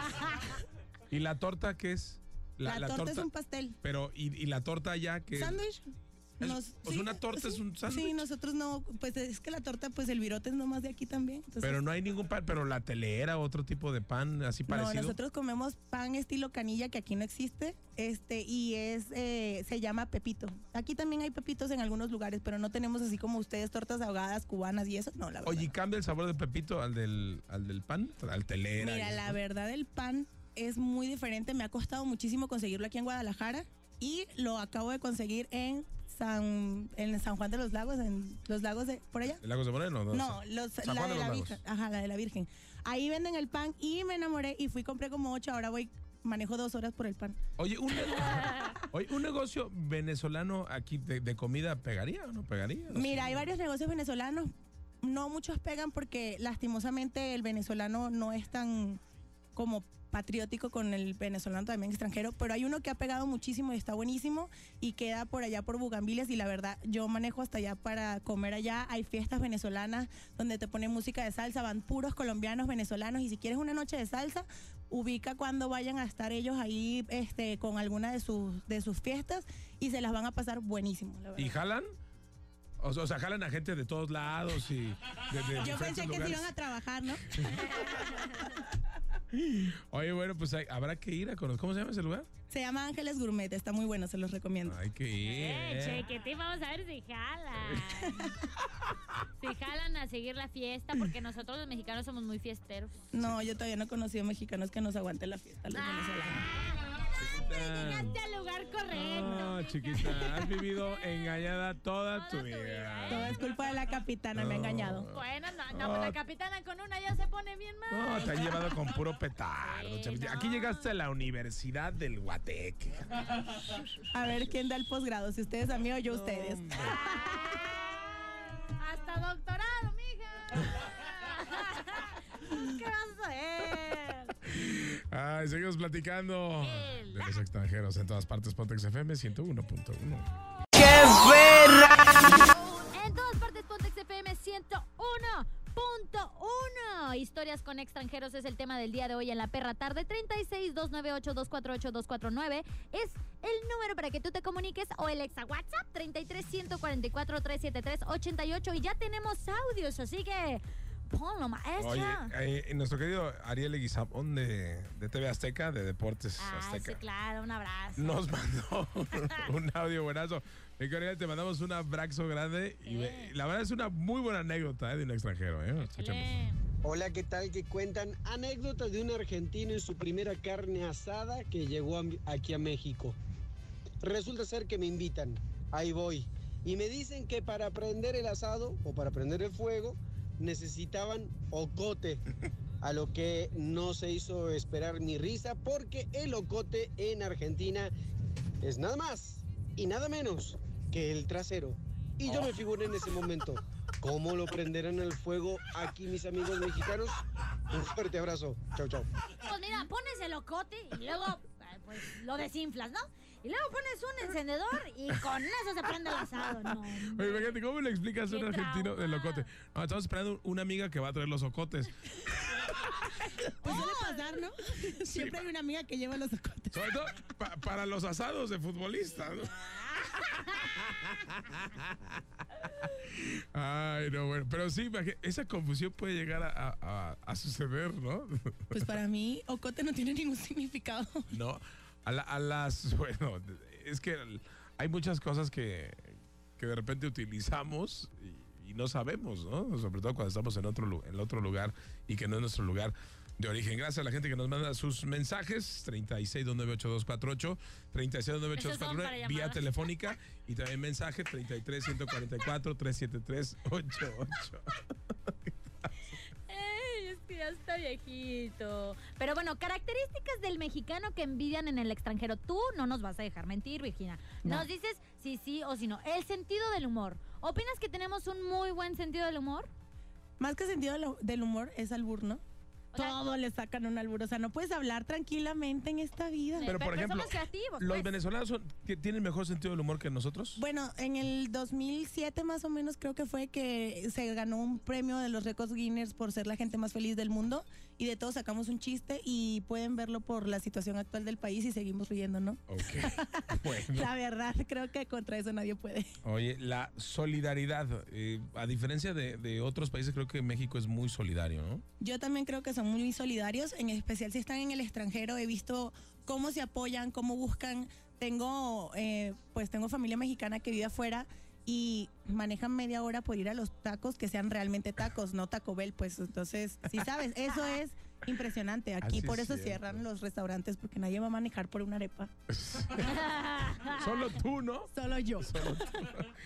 Speaker 1: ¿Y la torta qué es?
Speaker 6: La, torta, es un pastel.
Speaker 1: Pero, ¿y, y la torta allá qué es?
Speaker 6: ¿Sándwich?
Speaker 1: Es-
Speaker 6: Nos-
Speaker 1: o sea, una torta es un sándwich.
Speaker 6: Sí, nosotros no, pues es que la torta, pues el virote es nomás de aquí también. Entonces,
Speaker 1: Pero no hay ningún pan, pero la telera, otro tipo de pan así parecido.
Speaker 6: No, nosotros comemos pan estilo canilla que aquí no existe, este y es eh, se llama pepito. Aquí también hay pepitos en algunos lugares, pero no tenemos así como ustedes tortas ahogadas cubanas y eso, no, la verdad.
Speaker 1: Oye, ¿y cambia el sabor del pepito al del, al del pan? Al telera.
Speaker 6: Mira,
Speaker 1: y-
Speaker 6: la verdad el pan es muy diferente. Me ha costado muchísimo conseguirlo aquí en Guadalajara y lo acabo de conseguir en San, en San Juan de los Lagos, en los lagos de por allá.
Speaker 1: ¿El Lagos de Moreno? No,
Speaker 6: No,
Speaker 1: sé.
Speaker 6: los-
Speaker 1: San
Speaker 6: la
Speaker 1: Juan
Speaker 6: de
Speaker 1: de los
Speaker 6: la
Speaker 1: Lagos.
Speaker 6: Virgen. Ajá, la de la Virgen. Ahí venden el pan y me enamoré y fui compré como ocho. Ahora voy manejo dos horas por el pan.
Speaker 1: Oye, un, oye, ¿un negocio venezolano aquí de, de comida pegaría o no pegaría? No sé.
Speaker 6: Mira, hay varios negocios venezolanos. No muchos pegan porque lastimosamente el venezolano no es tan como patriótico con el venezolano también extranjero, pero hay uno que ha pegado muchísimo y está buenísimo y queda por allá por Bugambilias y la verdad yo manejo hasta allá para comer allá, hay fiestas venezolanas donde te ponen música de salsa, van puros colombianos, venezolanos y si quieres una noche de salsa, ubica cuando vayan a estar ellos ahí este, con alguna de sus, de sus fiestas y se las van a pasar buenísimo. La verdad.
Speaker 1: ¿Y jalan? O, sea- o sea, jalan a gente de todos lados y de, de
Speaker 6: Yo
Speaker 1: diferentes
Speaker 6: pensé que se
Speaker 1: lugares.
Speaker 6: iban a trabajar, ¿no?
Speaker 1: Oye, bueno, pues hay- habrá que ir a conocer. ¿Cómo se llama ese lugar?
Speaker 6: Se llama Ángeles Gourmet, está muy bueno, se los recomiendo.
Speaker 1: Hay que ir.
Speaker 5: Eh,
Speaker 1: ¿eh?
Speaker 5: chequetín, vamos a ver si jalan. si jalan a seguir la fiesta, porque nosotros los mexicanos somos muy fiesteros.
Speaker 6: No, yo todavía no he conocido mexicanos que nos aguanten la fiesta, los venezolanos.
Speaker 1: Chiquita.
Speaker 5: Llegaste al lugar correcto.
Speaker 1: No, chiquita, has vivido engañada toda,
Speaker 5: Toda
Speaker 1: tu
Speaker 5: tu
Speaker 1: vida.
Speaker 5: vida, eh.
Speaker 6: Todo es culpa de la capitana, me ha engañado.
Speaker 5: Bueno, no, no, pues la capitana con una ya se pone bien mal.
Speaker 1: No, Ah. te han llevado con puro petardo.
Speaker 5: Sí,
Speaker 1: chamita. Aquí
Speaker 5: no.
Speaker 1: llegaste a la Universidad del Guateque.
Speaker 6: A ver quién da el posgrado, si ustedes a mí o yo a ustedes.
Speaker 5: Ah, Hasta doctorado, mija. ¿Qué vas a hacer?
Speaker 1: Ay, seguimos platicando de los extranjeros en todas partes. Pontex FM 101.1.
Speaker 5: En todas partes, Pontex FM 101.1. Historias Historias con extranjeros es el tema del día de hoy en la perra tarde. 36 298 248 249 es el número para que tú te comuniques o el exa WhatsApp 33 144 373 88 y ya tenemos audios, así que ponlo
Speaker 1: Oye,
Speaker 5: maestra.
Speaker 1: eh, eh, nuestro querido Ariel Eguizamón de, de TV Azteca, de Deportes
Speaker 5: Ah, sí,
Speaker 1: Azteca,
Speaker 5: claro, un abrazo.
Speaker 1: nos mandó un audio buenazo. Mi querido Ariel, te mandamos un abrazo grande. Y ve- la verdad es una muy buena anécdota eh, de un extranjero. ¿eh? Escuchamos.
Speaker 8: Hola, ¿qué tal? Que cuentan anécdotas de un argentino en su primera carne asada que llegó a- aquí a México. Resulta ser que me invitan, ahí voy, y me dicen que para prender el asado o para prender el fuego necesitaban ocote, a lo que no se hizo esperar mi risa porque el ocote en Argentina es nada más y nada menos que el trasero. Y yo me figuré en ese momento, ¿cómo lo prenderán al fuego aquí mis amigos mexicanos? Un fuerte abrazo. Chau, chau.
Speaker 5: Pues mira, pones el ocote y luego eh, pues, lo desinflas, ¿no? Y luego pones un encendedor y con eso se prende el asado, ¿no?
Speaker 1: Oye, imagínate, ¿cómo le explicas a un
Speaker 5: Qué
Speaker 1: argentino del locote? No, estamos esperando una amiga que va a traer los ocotes.
Speaker 6: Pues suele pasar, ¿no? Siempre hay una amiga que lleva los ocotes.
Speaker 1: Sobre todo pa- para los asados de futbolistas. ¿no? Ay, no, bueno. Pero sí, imagi- esa confusión puede llegar a, a- a- a suceder, ¿no?
Speaker 6: Pues para mí, ocote no tiene ningún significado.
Speaker 1: No. A, la- a las. Bueno, es que hay muchas cosas que, que de repente utilizamos y, y no sabemos, ¿no? Sobre todo cuando estamos en otro, lu- en otro lugar y que no es nuestro lugar de origen. Gracias a la gente que nos manda sus mensajes: 36298248, 36298249, vía
Speaker 5: llamadas.
Speaker 1: telefónica y también mensaje 3314437388.
Speaker 5: Ey, es que ya está viejito. Pero bueno, características del mexicano que envidian en el extranjero. Tú no nos vas a dejar mentir, Virginia.
Speaker 6: No.
Speaker 5: Nos dices si sí o si no. El sentido del humor. ¿Opinas que tenemos un muy buen sentido del humor?
Speaker 6: Más que sentido del- del humor es albur, ¿no?
Speaker 5: O sea,
Speaker 6: Todo le sacan un albur. O sea, no puedes hablar tranquilamente en esta vida.
Speaker 1: Pero, por ejemplo,
Speaker 5: somos creativos.
Speaker 1: ¿Los
Speaker 5: pues.
Speaker 1: venezolanos son- que tienen mejor sentido del humor que nosotros?
Speaker 6: Bueno, en el 2007 más o menos creo que fue que se ganó un premio de los récords Guinness por ser la gente más feliz del mundo y de todo sacamos un chiste y pueden verlo por la situación actual del país y seguimos riendo, ¿no?
Speaker 1: Ok. Bueno.
Speaker 6: La verdad, creo que contra eso nadie puede.
Speaker 1: Oye, la solidaridad. eh, a diferencia de, de otros países, creo que México es muy solidario, ¿no?
Speaker 6: Yo también creo que son muy solidarios, en especial si están en el extranjero. He visto cómo se apoyan, cómo buscan. Tengo, eh, pues tengo familia mexicana que vive afuera y manejan media hora por ir a los tacos que sean realmente tacos, no Taco Bell, pues entonces, si sabes, eso es impresionante. Aquí
Speaker 1: Así
Speaker 6: por
Speaker 1: es
Speaker 6: eso
Speaker 1: cierto.
Speaker 6: cierran los restaurantes porque nadie va a manejar por una arepa,
Speaker 5: Ah.
Speaker 1: Solo tú, ¿no?
Speaker 6: solo yo.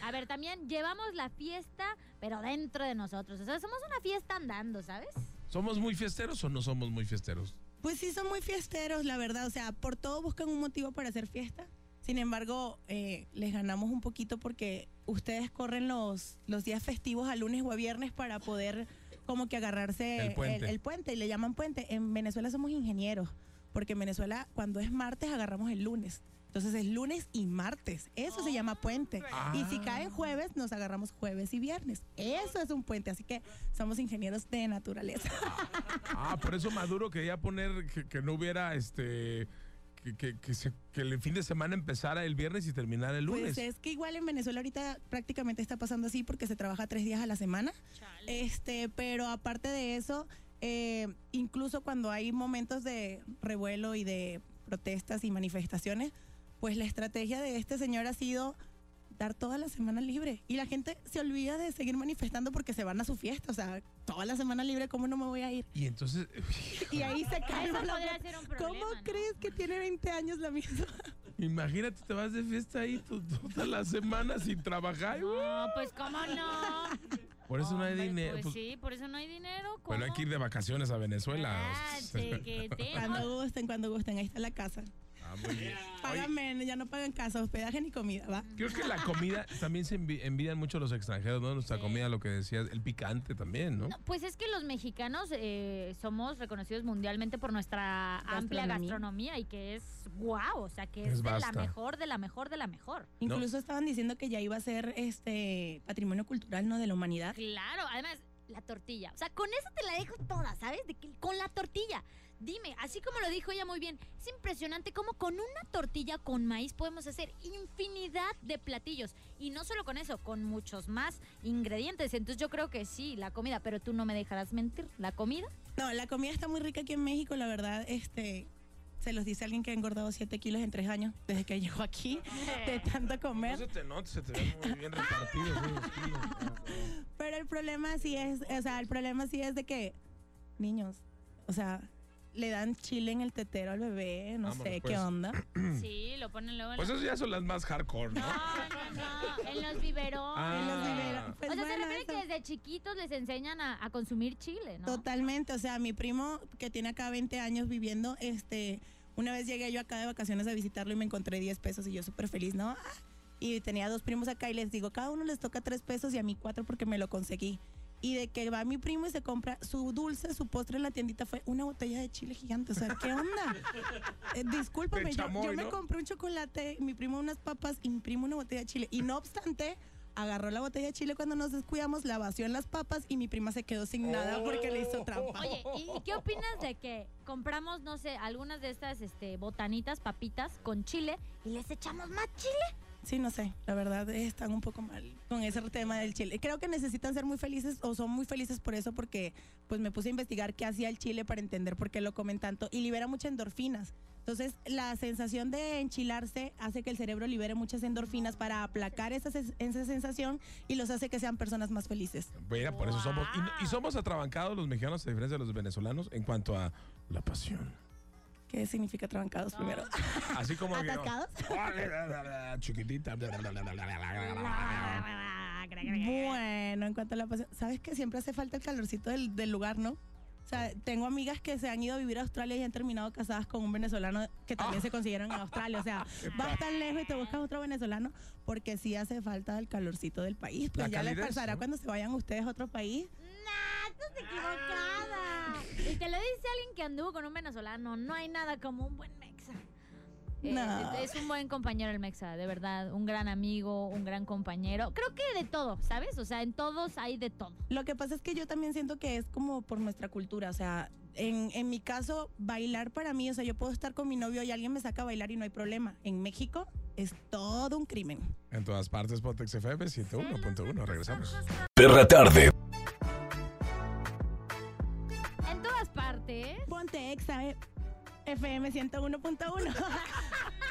Speaker 5: A ver, también llevamos la fiesta, pero dentro de nosotros. O sea, somos una fiesta andando, ¿sabes?
Speaker 1: ¿Somos muy fiesteros o no somos muy fiesteros?
Speaker 6: Pues sí, son muy fiesteros, la verdad. O sea, por todo buscan un motivo para hacer fiesta. Sin embargo, eh, les ganamos un poquito porque ustedes corren los, los días festivos a lunes o a viernes para poder como que agarrarse
Speaker 1: El puente.
Speaker 6: puente, y le llaman puente. En Venezuela somos ingenieros porque en Venezuela cuando es martes agarramos el lunes. Entonces es lunes y martes. Eso se llama puente. Y
Speaker 1: Ah.
Speaker 6: si cae en jueves, nos agarramos jueves y viernes. Eso es un puente. Así que somos ingenieros de naturaleza.
Speaker 1: Ah, por eso Maduro quería poner que, que no hubiera este. Que, que- que se- que el fin de semana empezara el viernes y terminara el lunes.
Speaker 6: Pues es que igual en Venezuela ahorita prácticamente está pasando así porque se trabaja tres días a la semana. Este, pero aparte de eso, eh, incluso cuando hay momentos de revuelo y de protestas y manifestaciones, pues la estrategia de este señor ha sido dar toda la semana libre. Y la gente se olvida de seguir manifestando porque se van a su fiesta. O sea, toda la semana libre, ¿cómo no me voy a ir?
Speaker 1: Y entonces.
Speaker 6: Y ahí se cae.
Speaker 5: Eso
Speaker 6: la-
Speaker 5: podría ser un problema.
Speaker 6: ¿Cómo
Speaker 5: ¿no?
Speaker 6: crees que tiene 20 años la misma?
Speaker 1: Imagínate, te vas de fiesta ahí to- toda la semana sin trabajar.
Speaker 5: No, pues cómo no.
Speaker 1: Por eso no hay
Speaker 5: Hombre,
Speaker 1: dinero.
Speaker 5: Pues,
Speaker 1: pues,
Speaker 5: sí, por eso no hay dinero. ¿cómo?
Speaker 1: bueno, hay que ir de vacaciones a Venezuela.
Speaker 5: Ah, te- que te-
Speaker 6: Cuando gusten, cuando gusten, ahí está la casa.
Speaker 1: Ah, muy bien. Oye,
Speaker 6: Pagan menos, ya no pagan casa, hospedaje ni comida, ¿va?
Speaker 1: Creo que la comida también se envi- envidian mucho los extranjeros, ¿no? Nuestra comida, lo que decías, el picante también, ¿no?
Speaker 5: No, pues es que los mexicanos eh, somos reconocidos mundialmente por nuestra amplia gastronomía y que es guau, o sea, que es,
Speaker 1: Es
Speaker 5: de la
Speaker 1: vasta.
Speaker 5: mejor, de la mejor, de la mejor.
Speaker 6: Incluso estaban diciendo que ya iba a ser este patrimonio cultural no de la humanidad.
Speaker 5: Claro, además, la tortilla. O sea, con eso te la dejo toda, ¿sabes? De que, con la tortilla. Dime, así como lo dijo ella muy bien, es impresionante cómo con una tortilla con maíz podemos hacer infinidad de platillos. Y no solo con eso, con muchos más ingredientes. Entonces yo creo que sí, la comida, pero tú no me dejarás mentir. La comida
Speaker 6: No, la comida está muy rica aquí en México, la verdad, este... Se los dice alguien que ha engordado 7 kilos en 3 años desde que llegó aquí, de tanto comer.
Speaker 1: se te nota, se te ve muy bien repartido.
Speaker 6: Pero el problema sí es, o sea, el problema sí es de que niños, o sea, le dan chile en el tetero al bebé, no
Speaker 1: Vámonos,
Speaker 6: sé
Speaker 1: pues.
Speaker 6: qué onda.
Speaker 5: Sí, lo ponen luego en
Speaker 1: Pues
Speaker 5: la-
Speaker 1: eso ya son las más hardcore, ¿no?
Speaker 5: No, no, no, en los biberones.
Speaker 6: En los
Speaker 1: Ah.
Speaker 6: biberones. Pues
Speaker 5: o sea, se
Speaker 6: bueno,
Speaker 5: refiere
Speaker 6: eso.
Speaker 5: que desde chiquitos les enseñan a, a consumir chile, ¿no?
Speaker 6: Totalmente, o sea, mi primo que tiene acá 20 años viviendo, este, una vez llegué yo acá de vacaciones a visitarlo y me encontré 10 pesos y yo súper feliz, ¿no? Ah, Y tenía dos primos acá y les digo, cada uno les toca 3 pesos y a mí 4 porque me lo conseguí. Y de que va mi primo y se compra su dulce, su postre en la tiendita fue una botella de chile gigante. O sea, ¿qué onda? Eh, discúlpame,
Speaker 1: De
Speaker 6: yo,
Speaker 1: chamoy,
Speaker 6: yo me
Speaker 1: ¿no?
Speaker 6: compré un chocolate, mi primo unas papas y mi primo una botella de chile. Y no obstante, agarró la botella de chile cuando nos descuidamos, la vació en las papas y mi prima se quedó sin
Speaker 1: Oh,
Speaker 6: nada porque le hizo trampa.
Speaker 5: Oye, ¿y, y qué opinas de que compramos, no sé, algunas de estas este, botanitas, papitas con chile y les echamos más chile?
Speaker 6: Sí, no sé, la verdad eh, están un poco mal con ese tema del chile. Creo que necesitan ser muy felices o son muy felices por eso porque pues me puse a investigar qué hacía el chile para entender por qué lo comen tanto y libera muchas endorfinas. Entonces, la sensación de enchilarse hace que el cerebro libere muchas endorfinas para aplacar esa, ses- esa sensación y los hace que sean personas más felices.
Speaker 1: Mira, por eso somos. y no- Y,
Speaker 5: Wow.
Speaker 1: somos atrabancados los mexicanos, a diferencia de los venezolanos, en cuanto a la pasión.
Speaker 6: ¿Qué significa trabancados primero?
Speaker 1: Así como. que-
Speaker 6: ¿Atacados?
Speaker 1: Chiquitita.
Speaker 6: Ah. Bueno, en cuanto a la pasión, sabes que siempre hace falta el calorcito del, del lugar, ¿no? O sea, tengo amigas que se han ido a vivir a Australia y han terminado casadas con un venezolano que
Speaker 1: Ah.
Speaker 6: también se consiguieron en Australia. O sea, vas tan lejos y te buscas otro venezolano porque sí hace falta el calorcito del país. Pues
Speaker 1: La
Speaker 6: ya les
Speaker 1: calidez,
Speaker 6: pasará
Speaker 1: ¿no?
Speaker 6: cuando se vayan ustedes a otro país.
Speaker 5: ¡Nah, estás
Speaker 6: Ah.
Speaker 5: equivocada! Y te lo dice alguien que anduvo con un venezolano, no hay nada como un buen mexa. Eh,
Speaker 6: No.
Speaker 5: es un buen compañero el Mexa, de verdad, un gran amigo, un gran compañero. Creo que de todo, ¿sabes? O sea, en todos hay de todo.
Speaker 6: Lo que pasa es que yo también siento que es como por nuestra cultura, o sea, en, en mi caso, bailar para mí, o sea, yo puedo estar con mi novio y alguien me saca a bailar y no hay problema. En México es todo un crimen.
Speaker 1: En todas partes, Potex FM 101.1. Regresamos.
Speaker 9: Perra tarde.
Speaker 5: En todas partes.
Speaker 6: Ponte exa eh, FM 101.1.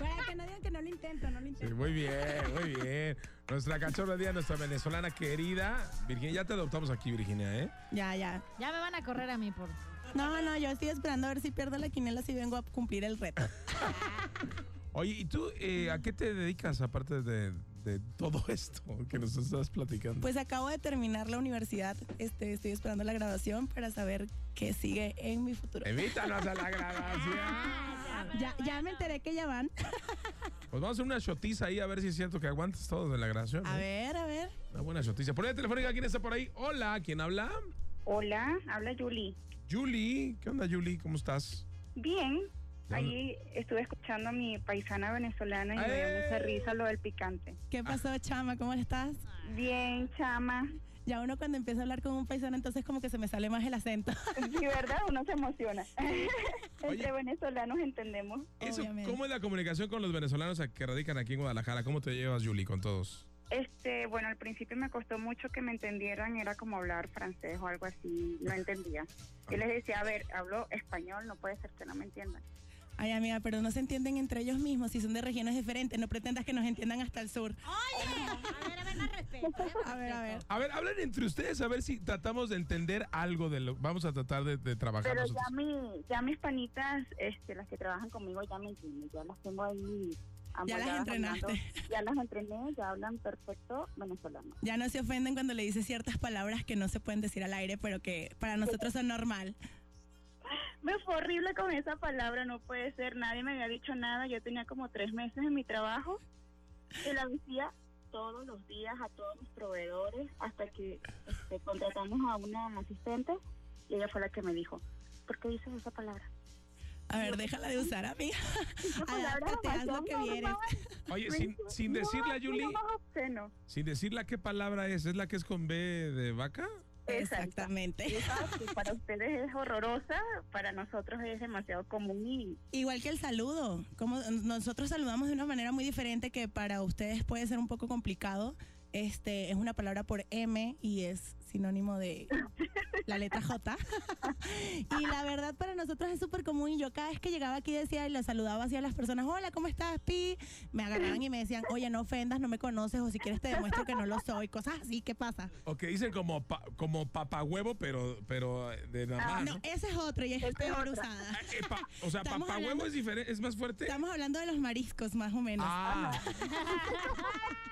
Speaker 6: Para que no digan que no lo intento, no lo
Speaker 1: Sí,
Speaker 6: intento.
Speaker 1: muy bien, muy bien. Nuestra cachorra día, nuestra venezolana querida. Virginia, ya te adoptamos aquí, Virginia, ¿eh?
Speaker 6: Ya, ya.
Speaker 5: Ya me van a correr a mí por.
Speaker 6: No, no, yo estoy esperando a ver si pierdo la quinela si vengo a cumplir el reto.
Speaker 1: Oye, ¿y tú eh, a qué te dedicas aparte de, de todo esto que nos estás platicando?
Speaker 6: Pues acabo de terminar la universidad, este, estoy esperando la graduación para saber qué sigue en mi futuro.
Speaker 1: Evítanos a la grabación.
Speaker 6: Ya, ya me enteré que ya van.
Speaker 1: Pues vamos a hacer una shotiza ahí a ver si es cierto que aguantas todos de la grabación.
Speaker 6: A
Speaker 1: ¿eh?
Speaker 6: ver, a ver.
Speaker 1: Una buena shotiza. Por ahí telefónica, ¿quién está por ahí? Hola, ¿quién habla?
Speaker 10: Hola, habla Julie.
Speaker 1: Julie. ¿Qué onda, Julie? ¿Cómo estás?
Speaker 10: Bien,
Speaker 1: Ya no-
Speaker 10: ahí estuve escuchando a mi paisana venezolana y me dio
Speaker 1: ¡Ay!
Speaker 10: mucha risa lo del picante.
Speaker 6: ¿Qué pasó, chama? ¿Cómo estás?
Speaker 10: Bien, chama.
Speaker 6: Ya uno cuando empieza a hablar con un paisano, entonces como que se me sale más el acento.
Speaker 10: Sí, ¿verdad? Uno se emociona.
Speaker 1: Oye.
Speaker 10: Entre venezolanos entendemos.
Speaker 1: Eso,
Speaker 6: Obviamente.
Speaker 1: ¿Cómo es la comunicación con los venezolanos a- que radican aquí en Guadalajara? ¿Cómo te llevas, Julie, con todos?
Speaker 10: Este, bueno, al principio me costó mucho que me entendieran, era como hablar francés o algo así, no entendía. Yo les decía, a ver, hablo español, no puede ser que no me entiendan.
Speaker 6: Ay, amiga, pero no se entienden entre ellos mismos si son de regiones diferentes. No pretendas que nos entiendan hasta el sur.
Speaker 5: ¡Oye! A ver, a ver, más respeto. ¿eh?
Speaker 6: A ver, a ver.
Speaker 1: A ver, hablen entre ustedes a ver si tratamos de entender algo de lo... Vamos a tratar de, de trabajar
Speaker 10: Pero
Speaker 1: nosotros.
Speaker 10: ya, mi, ya mis panitas, este, las que trabajan conmigo, ya me entienden, ya las tengo ahí.
Speaker 6: Ya las
Speaker 10: apoyadas
Speaker 6: entrenaste.
Speaker 10: hablando. Ya las entrené, ya hablan perfecto venezolano.
Speaker 6: Ya no se ofenden cuando le dices ciertas palabras que no se pueden decir al aire, pero que para nosotros son normal.
Speaker 10: Me fue horrible con esa palabra, no puede ser, nadie me había dicho nada, yo tenía como tres meses en mi trabajo, se la decía todos los días a todos mis proveedores hasta que este, contratamos a una asistente y ella fue la que me dijo, ¿por qué dices esa palabra?
Speaker 6: A ver, déjala de usar, amiga.
Speaker 10: Esa palabra
Speaker 6: Adáptate, haz lo
Speaker 10: demasiado
Speaker 6: Ah, que vieres.
Speaker 1: Oye, sin, sin
Speaker 10: No,
Speaker 1: decirla,
Speaker 10: es que
Speaker 1: Julie,
Speaker 10: lo más obsceno.
Speaker 1: sin decirla qué palabra es. ¿Es la que es con B de vaca?
Speaker 10: Exacta.
Speaker 6: Exactamente.
Speaker 10: Exacto, Para ustedes es horrorosa, para nosotros es demasiado común y
Speaker 6: Igual que el saludo, como nosotros saludamos de una manera muy diferente que para ustedes puede ser un poco complicado. Este es una palabra por M y es sinónimo de la letra J. y la verdad para nosotros es súper común y yo cada vez que llegaba aquí decía y la saludaba así a las personas, hola, ¿cómo estás, Pi? Me agarraban y me decían, oye, no ofendas, no me conoces o si quieres te demuestro que no lo soy, cosas así, ¿qué pasa?
Speaker 1: O que dicen como, pa- como papahuevo, pero, pero de nada más.
Speaker 6: Ah, No,
Speaker 1: ¿no?
Speaker 6: esa es otra y es
Speaker 10: Esa es
Speaker 6: peor
Speaker 10: otra.
Speaker 6: usada.
Speaker 1: Ah, eh, pa- o sea,
Speaker 6: Estamos
Speaker 1: papahuevo
Speaker 6: hablando-
Speaker 1: es diferente, es más fuerte.
Speaker 6: Estamos hablando de los mariscos más o menos.
Speaker 1: Ah.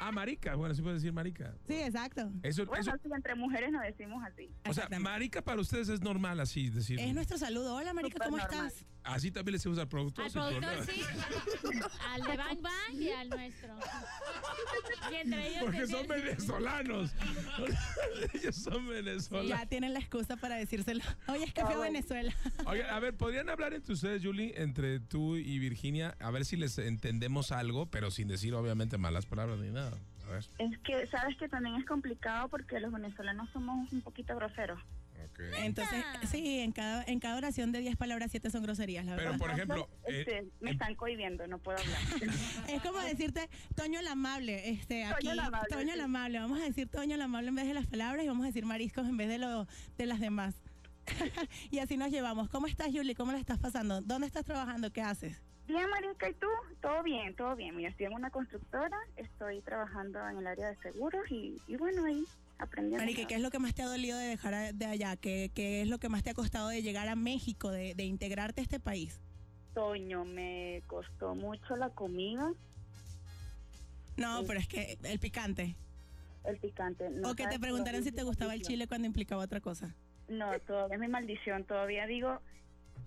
Speaker 1: ah, marica. Bueno, sí puedes decir marica.
Speaker 6: Sí, exacto.
Speaker 1: Eso,
Speaker 10: bueno,
Speaker 1: eso,
Speaker 10: sí, entre mujeres nos decimos así.
Speaker 1: o sea,
Speaker 6: Exactamente.
Speaker 1: marica para ustedes es normal así decir.
Speaker 6: Es nuestro saludo. Hola, Marica,
Speaker 10: Súper
Speaker 6: ¿cómo
Speaker 10: normal.
Speaker 6: estás?
Speaker 1: Así también le decimos al productor.
Speaker 5: Al
Speaker 1: sin
Speaker 5: productor
Speaker 1: problema.
Speaker 5: sí, al de Bang Bang y al nuestro. Y entre ellos
Speaker 1: Porque
Speaker 5: decir-
Speaker 1: son venezolanos. Ellos son
Speaker 6: Ya
Speaker 1: venezolanos.
Speaker 6: tienen la excusa para decírselo. Oye, es que fui a Venezuela.
Speaker 1: Oigan, a ver, ¿podrían hablar entre ustedes, Julie, entre tú y Virginia? A ver si les entendemos algo, pero sin decir obviamente malas palabras ni nada. A ver.
Speaker 10: Es que sabes que también es complicado porque los venezolanos somos un poquito groseros.
Speaker 1: ok.
Speaker 6: Entonces, sí, en cada, en cada oración de 10 palabras, 7 son groserías, la
Speaker 1: Pero
Speaker 6: verdad.
Speaker 1: por ejemplo, eh,
Speaker 10: Este, me están cohibiendo, no puedo hablar.
Speaker 6: Es como decirte Toño el Amable. Este, aquí,
Speaker 10: Toño el Amable,
Speaker 6: Toño el
Speaker 10: sí.
Speaker 6: Amable. Vamos a decir Toño el Amable en vez de las palabras y vamos a decir mariscos en vez de, lo, de las demás. y así nos llevamos. ¿Cómo estás, Julie? ¿Cómo la estás pasando? ¿Dónde estás trabajando? ¿Qué haces?
Speaker 10: Bien, Marica, ¿y tú? Todo bien, todo bien. Mira, estoy en una constructora, estoy trabajando en el área de seguros y, y bueno, ahí aprendiendo.
Speaker 6: Marica, ¿qué es lo que más te ha dolido de dejar a- de allá? ¿Qué, qué es lo que más te ha costado de llegar a México, de, de integrarte a este país?
Speaker 10: Toño, me costó mucho la comida,
Speaker 6: No,
Speaker 10: Sí.
Speaker 6: pero es que el picante.
Speaker 10: el picante. no
Speaker 6: o que
Speaker 10: sabes,
Speaker 6: te
Speaker 10: todavía
Speaker 6: preguntaron si
Speaker 10: es
Speaker 6: te
Speaker 10: mi
Speaker 6: gustaba el
Speaker 10: maldición.
Speaker 6: chile cuando implicaba otra cosa.
Speaker 10: No, todavía es mi maldición, todavía digo,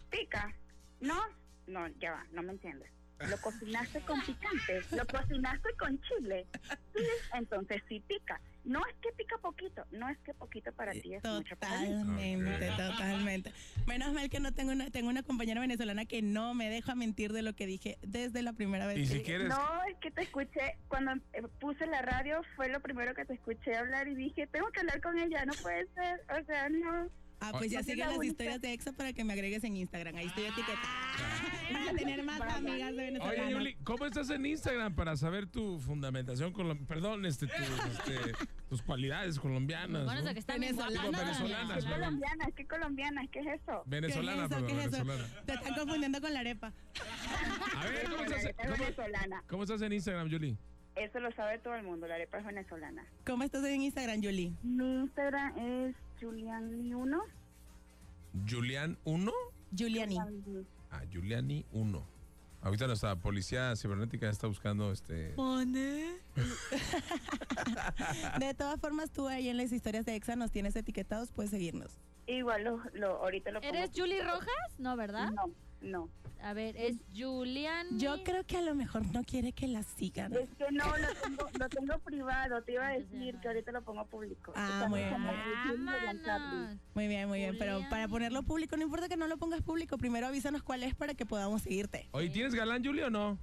Speaker 10: pica, no, no, ya va, no me entiendes. Lo cocinaste con picante, lo cocinaste con chile, Sí, entonces sí pica. No es que pica poquito, no es que poquito para ti es mucho para mí.
Speaker 6: Totalmente,
Speaker 1: Ok.
Speaker 6: totalmente. Menos mal que no tengo una, tengo una compañera venezolana que no me deja mentir de lo que dije desde la primera
Speaker 1: y
Speaker 6: vez.
Speaker 1: si quieres,
Speaker 10: No, es que te escuché, cuando eh, puse la radio fue lo primero que te escuché hablar y dije, tengo que hablar con ella, no puede ser, o sea, no.
Speaker 6: Ah, pues ya
Speaker 10: Así
Speaker 6: siguen
Speaker 10: la
Speaker 6: las
Speaker 10: bonita.
Speaker 6: historias de EXO para que me agregues en Instagram. Ahí estoy
Speaker 10: Ah.
Speaker 6: etiquetada. Para tener más
Speaker 10: Vaya.
Speaker 6: amigas de
Speaker 1: Oye,
Speaker 6: venezolanas.
Speaker 1: Yuli, ¿cómo estás en Instagram para saber tu fundamentación colombiana? Perdón, este, tu- este, tus cualidades colombianas.
Speaker 5: Bueno,
Speaker 1: ¿no?
Speaker 5: eso que está bien guapa,
Speaker 1: Digo,
Speaker 5: ¿no?
Speaker 1: venezolanas,
Speaker 10: Es
Speaker 1: ¿no?
Speaker 10: colombiana, es que colombiana, ¿qué es eso?
Speaker 1: Venezolana,
Speaker 6: ¿Qué es eso?
Speaker 1: perdón,
Speaker 6: ¿Qué es eso?
Speaker 1: venezolana.
Speaker 6: Te están confundiendo con la arepa.
Speaker 1: A ver, ¿cómo
Speaker 10: La
Speaker 1: estás,
Speaker 10: arepa es
Speaker 1: cómo-
Speaker 10: venezolana,
Speaker 1: cómo estás en Instagram, Julie?
Speaker 10: eso lo sabe todo el mundo, la arepa es venezolana.
Speaker 6: ¿Cómo estás en Instagram, Yuli?
Speaker 10: Mi Instagram es Juliani1.
Speaker 1: Julián 1.
Speaker 6: Juliani.
Speaker 1: Ah, Giuliani 1. Ahorita nuestra policía cibernética está buscando este.
Speaker 6: De todas formas, tú ahí en las historias de EXA nos tienes etiquetados, puedes seguirnos.
Speaker 10: Igual lo, lo- ahorita lo pongo.
Speaker 5: ¿Eres Julie Rojas? No, ¿verdad?
Speaker 10: No, no.
Speaker 5: A ver, es Julian.
Speaker 6: Yo creo que a lo mejor no quiere que la sigan.
Speaker 10: Es que no, lo tengo, lo tengo privado. Te iba a decir que ahorita lo pongo público.
Speaker 6: Ah, muy bien.
Speaker 5: Ah,
Speaker 6: Muy bien, muy bien. Pero
Speaker 5: Julián.
Speaker 6: para ponerlo público, no importa que no lo pongas público, primero avísanos cuál es para que podamos seguirte.
Speaker 1: Oye, ¿tienes galán, Julie, o no?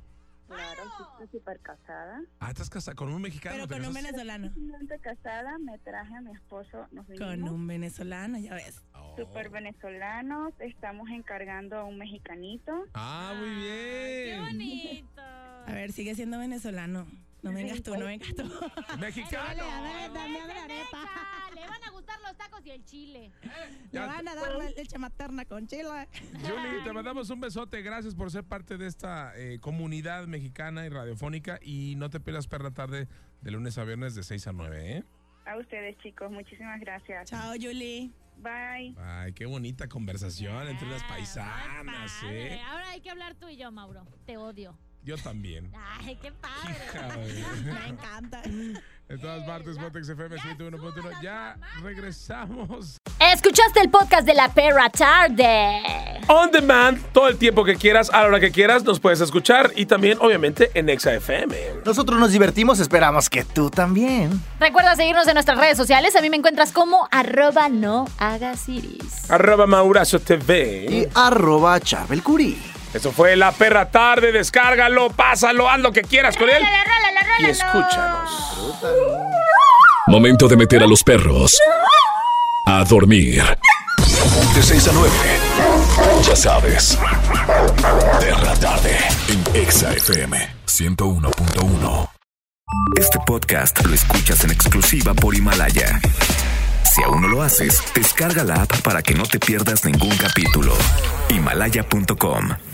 Speaker 10: Claro, sí, estoy súper casada.
Speaker 1: Ah, estás casada con un mexicano.
Speaker 6: Pero
Speaker 1: te
Speaker 6: con un
Speaker 1: casas-
Speaker 6: venezolano.
Speaker 10: Simplemente casada, me traje a mi esposo. Nos
Speaker 6: Con
Speaker 10: vinimos.
Speaker 6: un venezolano, ya ves.
Speaker 1: Oh.
Speaker 10: Súper venezolanos. Estamos encargando a un mexicanito.
Speaker 1: Ah, muy
Speaker 5: ¡Qué
Speaker 1: bien.
Speaker 5: bonito!
Speaker 6: A ver, sigue siendo venezolano. No vengas tú, no vengas tú.
Speaker 1: Mexicano.
Speaker 6: dame la
Speaker 5: Venga, Le van a gustar los tacos y el chile.
Speaker 6: Le
Speaker 1: Ya-
Speaker 6: van a dar la leche materna con chile.
Speaker 1: Julie, te mandamos un besote. Gracias por ser parte de esta eh, comunidad mexicana y radiofónica. Y no te pierdas perra tarde de lunes a viernes de 6 a 9, ¿eh?
Speaker 10: A ustedes, chicos. Muchísimas gracias.
Speaker 6: Chao, Julie.
Speaker 10: Bye.
Speaker 1: Ay, qué bonita conversación entre las
Speaker 5: Ah,
Speaker 1: paisanas,
Speaker 5: muy padre.
Speaker 1: ¿eh?
Speaker 5: Ahora hay que hablar tú y yo, Mauro. Te odio.
Speaker 1: Yo también.
Speaker 5: Ay, qué padre.
Speaker 1: Hija, güey.
Speaker 6: Me encanta.
Speaker 1: En todas partes, Botex FM 101.1. Ya regresamos.
Speaker 11: Escuchaste el podcast de la perra tarde.
Speaker 1: On demand, todo el tiempo que quieras, a la hora que quieras, nos puedes escuchar. Y también, obviamente, en Exa FM.
Speaker 12: Nosotros nos divertimos, esperamos que tú también.
Speaker 11: Recuerda seguirnos en nuestras redes sociales. A mí me encuentras como arroba no hagas iris.
Speaker 1: Arroba Mauracio TV.
Speaker 12: Y arroba Chabel Curí.
Speaker 1: Eso fue La Perra Tarde. Descárgalo, pásalo, haz lo que quieras con él. Y escúchanos.
Speaker 9: Momento de meter a los perros
Speaker 4: a dormir. De 6 a 9. Ya sabes. De la tarde. En Exa FM 101.1.
Speaker 9: Este podcast lo escuchas en exclusiva por Himalaya. Si aún no lo haces, descarga la app para que no te pierdas ningún capítulo. Himalaya.com